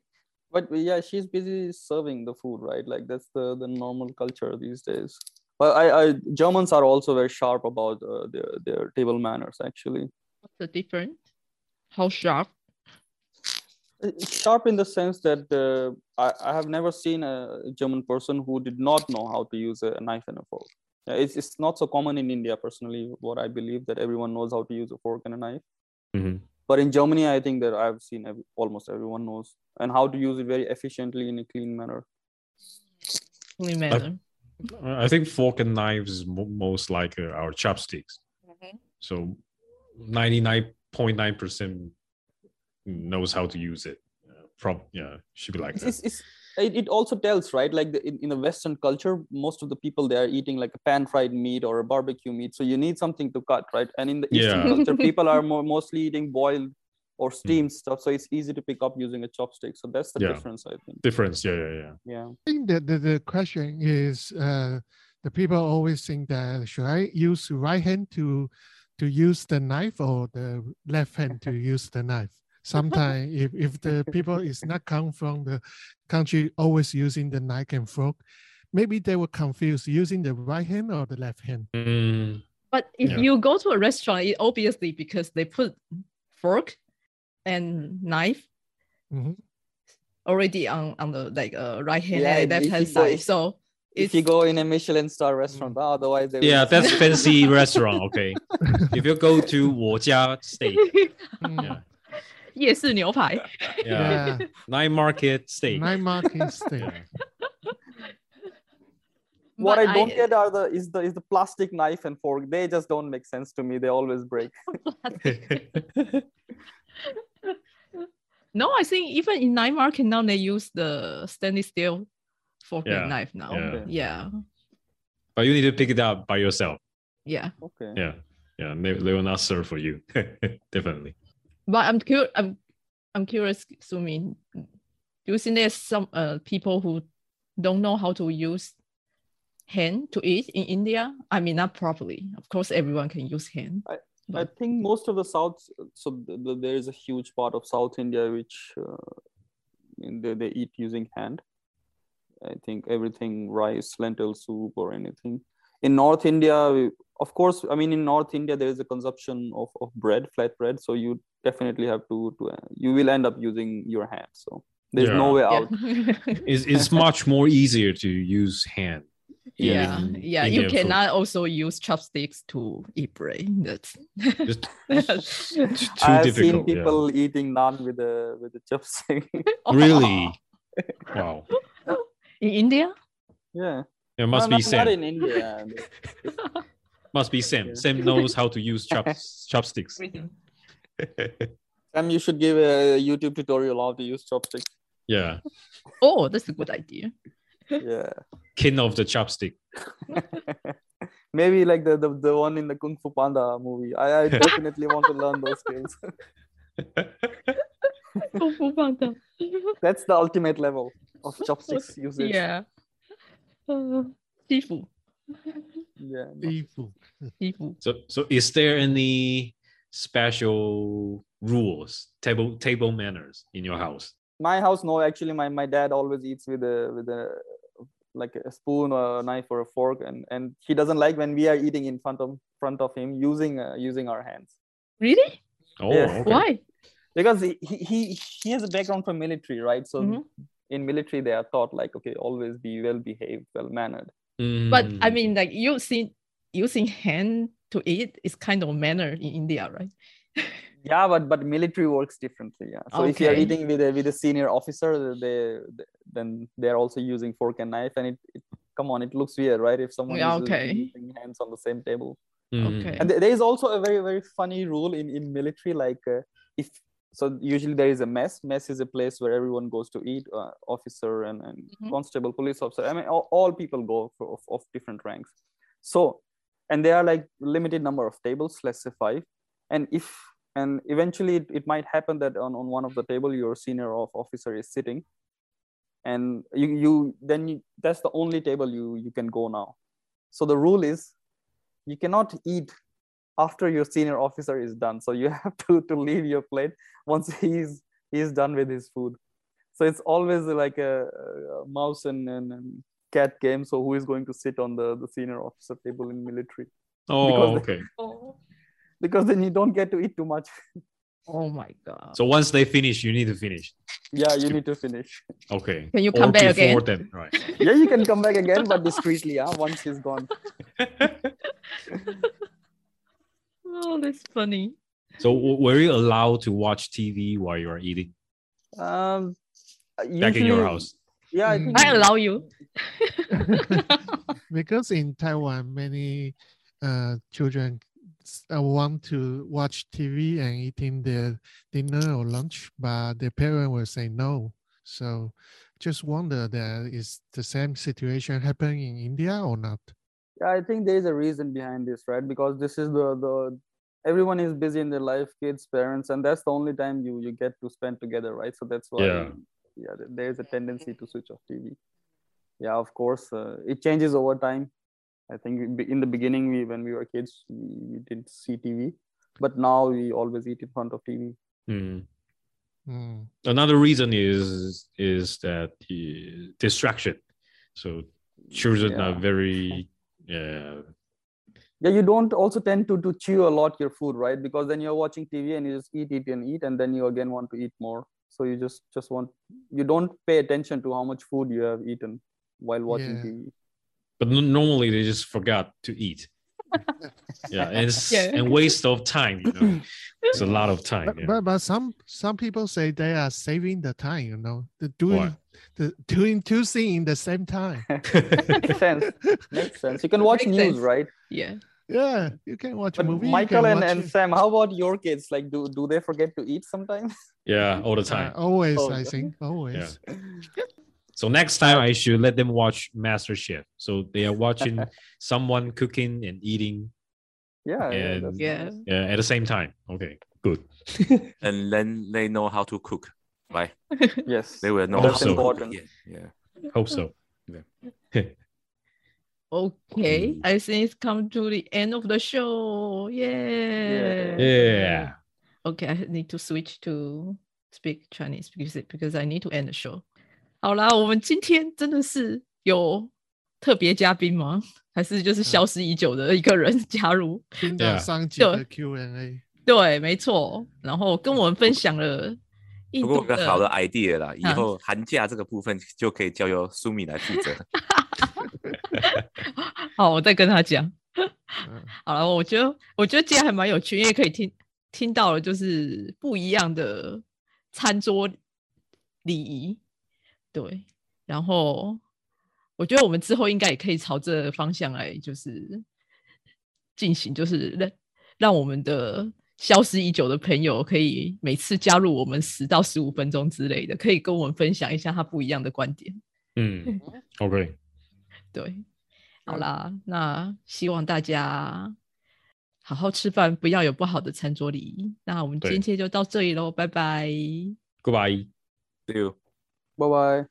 Speaker 5: But yeah, she's busy serving the food, right? Like that's the the normal culture these days. But I, I Germans are also very sharp about uh, their their table manners. Actually,
Speaker 1: What's the difference? How sharp?
Speaker 5: Uh, sharp in the sense that uh, I I have never seen a German person who did not know how to use a knife and a fork. Uh, It's it's not so common in India personally. What I believe that everyone knows how to use a fork and a knife.
Speaker 2: Mhm.
Speaker 5: But in Germany, I think that I've seen ev almost everyone knows and how to use it very efficiently in a clean manner.
Speaker 1: Only
Speaker 2: Uh,
Speaker 1: manner.
Speaker 2: I I think fork and knives is mo- most like uh, our chopsticks. So 99.9% knows how to use it. Uh, prob- yeah, should be like
Speaker 5: It's,
Speaker 2: that.
Speaker 5: it's, it's, it, it also tells, right? Like the, in, in the Western culture, most of the people they are eating like a pan fried meat or a barbecue meat. So you need something to cut, right? And in the Eastern
Speaker 2: Yeah. Hmm.
Speaker 5: culture, people are more, mostly eating boiled or steamed stuff. So it's easy to pick up using a chopstick. So that's the
Speaker 2: Yeah.
Speaker 5: difference, I think.
Speaker 2: Difference. Yeah, yeah, yeah.
Speaker 5: Yeah.
Speaker 4: I think that the, the question is uh, the people always think that should I use right hand to to use the knife or the left hand to use the knife? Sometimes if, if the people is not come from the country always using the knife and fork, maybe they were confused using the right hand or the left hand.
Speaker 2: Mm,
Speaker 1: But if
Speaker 2: Yeah.
Speaker 1: you go to a restaurant, it obviously because they put fork and knife
Speaker 4: Mhm.
Speaker 1: already on on the like uh, right hand
Speaker 5: Yeah,
Speaker 1: and
Speaker 5: if
Speaker 1: left
Speaker 5: you
Speaker 1: hand
Speaker 5: go-
Speaker 1: side. So
Speaker 5: If you go in a Michelin star restaurant, ah, otherwise they will
Speaker 2: Hmm. yeah,
Speaker 5: just-
Speaker 2: that's fancy restaurant. Okay. if you go to 我家 steak,
Speaker 4: Mm,
Speaker 2: yeah,
Speaker 1: 夜市牛排
Speaker 2: yeah,
Speaker 4: yeah.
Speaker 2: night market steak.
Speaker 4: My mark is there.
Speaker 2: Yeah.
Speaker 5: what
Speaker 1: But
Speaker 5: I don't get are the is the is the plastic knife and fork. They just don't make sense to me. They always break.
Speaker 1: No, I think even in night market now they use the stainless steel fork
Speaker 2: Yeah,
Speaker 1: and knife now.
Speaker 2: yeah.
Speaker 1: yeah.
Speaker 2: but you need to pick it up by yourself.
Speaker 1: yeah.
Speaker 5: Okay.
Speaker 2: Yeah, yeah. They, they will not serve for you. Definitely.
Speaker 1: But I'm curious. I'm, I'm curious, Sumi. Do you think there's some uh, people who don't know how to use hand to eat in India? I mean, not properly. Of course, everyone can use hand.
Speaker 5: I
Speaker 1: But-
Speaker 5: think most of the South, so th th there is a huge part of South India which uh, in- they, they eat using hand. I think everything rice, lentil soup, or anything. In North India, we- of course, I mean in North India there is a consumption of, of bread, flat bread. So you definitely have to to uh, you will end up using your hand. So there's no
Speaker 2: Yeah.
Speaker 5: way
Speaker 1: Yeah.
Speaker 5: out.
Speaker 2: It's, it's much more easier to use hand.
Speaker 1: yeah,
Speaker 2: in
Speaker 1: yeah. You
Speaker 2: Indian food.
Speaker 1: cannot also use chopsticks to eat brain. That's
Speaker 2: Just
Speaker 1: Too
Speaker 2: too
Speaker 5: I've seen
Speaker 2: difficult. yeah.
Speaker 5: people eating naan with a with a chopstick.
Speaker 2: Really? Wow.
Speaker 1: in India.
Speaker 5: yeah,
Speaker 2: It must
Speaker 5: no,
Speaker 2: be
Speaker 5: no, not
Speaker 2: Sam.
Speaker 5: in India.
Speaker 2: Must be Sam. Sam knows how to use chops, chopsticks.
Speaker 5: Sam, you should give a YouTube tutorial how to use chopsticks.
Speaker 2: yeah.
Speaker 1: Oh, that's a good idea.
Speaker 5: Yeah,
Speaker 2: King of the chopstick.
Speaker 5: maybe like the, the the one in the Kung Fu Panda movie. I, I definitely want to learn those skills.
Speaker 1: Kung Fu Panda.
Speaker 5: That's the ultimate level of chopsticks usage.
Speaker 1: yeah. Uh, 西服，
Speaker 5: yeah.
Speaker 4: Evil.
Speaker 1: 西服。
Speaker 2: So so is there any special rules, table table manners in your house?
Speaker 5: My house, no. Actually, my, my dad always eats with a with a like a spoon or a knife or a fork, and and he doesn't like when we are eating in front of front of him using uh, using our hands.
Speaker 1: Really?
Speaker 2: Oh,
Speaker 5: Yes.
Speaker 2: okay.
Speaker 1: Why?
Speaker 5: because he, he he he has a background from military right so
Speaker 1: Mhm.
Speaker 5: in military they are taught like okay always be well behaved well mannered
Speaker 1: But I
Speaker 2: Mm.
Speaker 1: mean, like using using hand to eat is kind of manner in India, right?
Speaker 5: yeah but but military works differently yeah so if you are
Speaker 1: Okay.
Speaker 5: eating with a with a senior officer they, they then they're also using fork and knife and it, it come on it looks weird right if someone
Speaker 1: Yeah,
Speaker 5: is
Speaker 1: okay.
Speaker 5: using hands on the same table
Speaker 2: Mm.
Speaker 1: Okay.
Speaker 5: and there there is also a very very funny rule in in military like uh, if so usually there is a mess mess is a place where everyone goes to eat uh, officer and, and
Speaker 1: Mhm.
Speaker 5: constable police officer i mean all, all people go for, of, of different ranks so and there are like limited number of tables let's say five and if and eventually it, it might happen that on, on one of the table your senior of officer is sitting and you, you then you, that's the only table you you can go now so the rule is you cannot eat after your senior officer is done. So you have to to leave your plate once he's he's done with his food. So it's always like a, a mouse and, and, and cat game. So who is going to sit on the, the senior officer table in military?
Speaker 2: Oh,
Speaker 5: Because
Speaker 2: okay.
Speaker 1: Oh,
Speaker 5: Because then you don't get to eat too much.
Speaker 1: oh my god.
Speaker 2: So once they finish, you need to finish.
Speaker 5: Yeah, you need to finish.
Speaker 2: Okay.
Speaker 1: Can you come
Speaker 2: Or
Speaker 1: back again?
Speaker 2: before them, right?
Speaker 5: Yeah, you can come back again, but discreetly. Ah, once he's gone.
Speaker 1: oh, that's funny.
Speaker 2: So w- were you allowed to watch TV while you are eating
Speaker 5: Um, usually,
Speaker 2: back in your
Speaker 1: Mm-hmm.
Speaker 2: house?
Speaker 5: Yeah, I
Speaker 4: Mm.
Speaker 5: think
Speaker 1: I allow you.
Speaker 4: because in Taiwan, many uh, children s- uh, want to watch TV and eating their dinner or lunch, but their parent will say no. So, just wonder that is the same situation happening in India or not?
Speaker 5: Yeah, I think there is a reason behind this, right? Because this is the the everyone is busy in their life, kids, parents, and that's the only time you you get to spend together, right? So that's why
Speaker 2: Yeah.
Speaker 5: yeah, th- there is a tendency to switch off TV. Yeah, of course, uh, it changes over time. I think we be- in the beginning, we when we were kids, we, we didn't see TV, but now we always eat in front of TV.
Speaker 2: Mm.
Speaker 4: Mm.
Speaker 2: Another reason is is that uh, distraction. So children
Speaker 5: Yeah.
Speaker 2: are very uh,
Speaker 5: yeah you don't also tend to to chew a lot your food right because then you're watching tv and you just eat eat and eat and then you again want to eat more so you just just want you don't pay attention to how much food you have eaten while watching
Speaker 4: Yeah.
Speaker 5: tv
Speaker 2: but n- normally they just forgot to eat. yeah, and it's-
Speaker 1: Yeah.
Speaker 2: and waste of time. You know, it's a lot of time.
Speaker 4: But,
Speaker 2: yeah.
Speaker 4: but but some some people say they are saving the time. You know, the doing
Speaker 2: Why?
Speaker 4: the doing two things in the same time.
Speaker 5: makes sense makes sense you can watch
Speaker 1: Makes
Speaker 5: news
Speaker 1: sense.
Speaker 5: right
Speaker 1: Yeah.
Speaker 4: yeah, you can watch a
Speaker 5: but
Speaker 4: movie. you
Speaker 5: michael
Speaker 4: can
Speaker 5: and,
Speaker 4: watch
Speaker 5: and
Speaker 4: it.
Speaker 5: sam how about your kids like do do they forget to eat sometimes
Speaker 2: yeah, all the
Speaker 4: Uh,
Speaker 2: time.
Speaker 4: always,
Speaker 5: Oh,
Speaker 4: I
Speaker 5: yeah.
Speaker 4: think, always.
Speaker 2: So next time I should let them watch Master Chef. So they are watching someone cooking and eating
Speaker 5: yeah
Speaker 2: Yeah,
Speaker 5: that's
Speaker 1: Yeah.
Speaker 5: nice.
Speaker 2: uh, at the same time. Okay, good.
Speaker 3: and then they know how to cook, right?
Speaker 5: yes
Speaker 3: They will know
Speaker 2: Hope
Speaker 3: how
Speaker 2: so.
Speaker 3: to cook.
Speaker 5: important.
Speaker 3: Yeah, yeah.
Speaker 2: Hope so.
Speaker 1: Okay.
Speaker 2: Mm.
Speaker 1: I think it's come to the end of the show. Yeah.
Speaker 2: Yeah.
Speaker 1: Okay, I need to switch to speak Chinese because because I need to end the show.好啦，我们今天真的是有特别嘉宾吗？还是就是消失已久的一个人加入？
Speaker 4: 听到
Speaker 2: Yeah.
Speaker 4: 上集
Speaker 1: 对
Speaker 4: 的 Q&A，
Speaker 1: 对，没错。然后跟我们分享了印
Speaker 3: 不过
Speaker 1: 度
Speaker 3: 有个
Speaker 1: 的
Speaker 3: 好的 idea 啦，以
Speaker 1: 啊
Speaker 3: 后寒假这个部分就可以交由苏米来负 责。
Speaker 1: 好，我再跟他讲。
Speaker 4: 嗯
Speaker 1: 好了，我觉得我觉得今天还蛮有趣，因为可以听听到了就是不一样的餐桌礼仪，对。然后我觉得我们之后应该也可以朝这方向来，就是进行，就是让让我们的消失已久的朋友可以每次加入我们十到十五分钟之类的，可以跟我们分享一下他不一样的观点。
Speaker 2: 嗯，OK，
Speaker 1: 对，好啦，那希望大家好好吃饭，不要有不好的餐桌礼仪。那我们
Speaker 2: 对
Speaker 1: 今天就到这里喽，拜拜。
Speaker 2: goodbye。
Speaker 3: 对哦。
Speaker 5: bye bye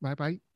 Speaker 4: 拜拜。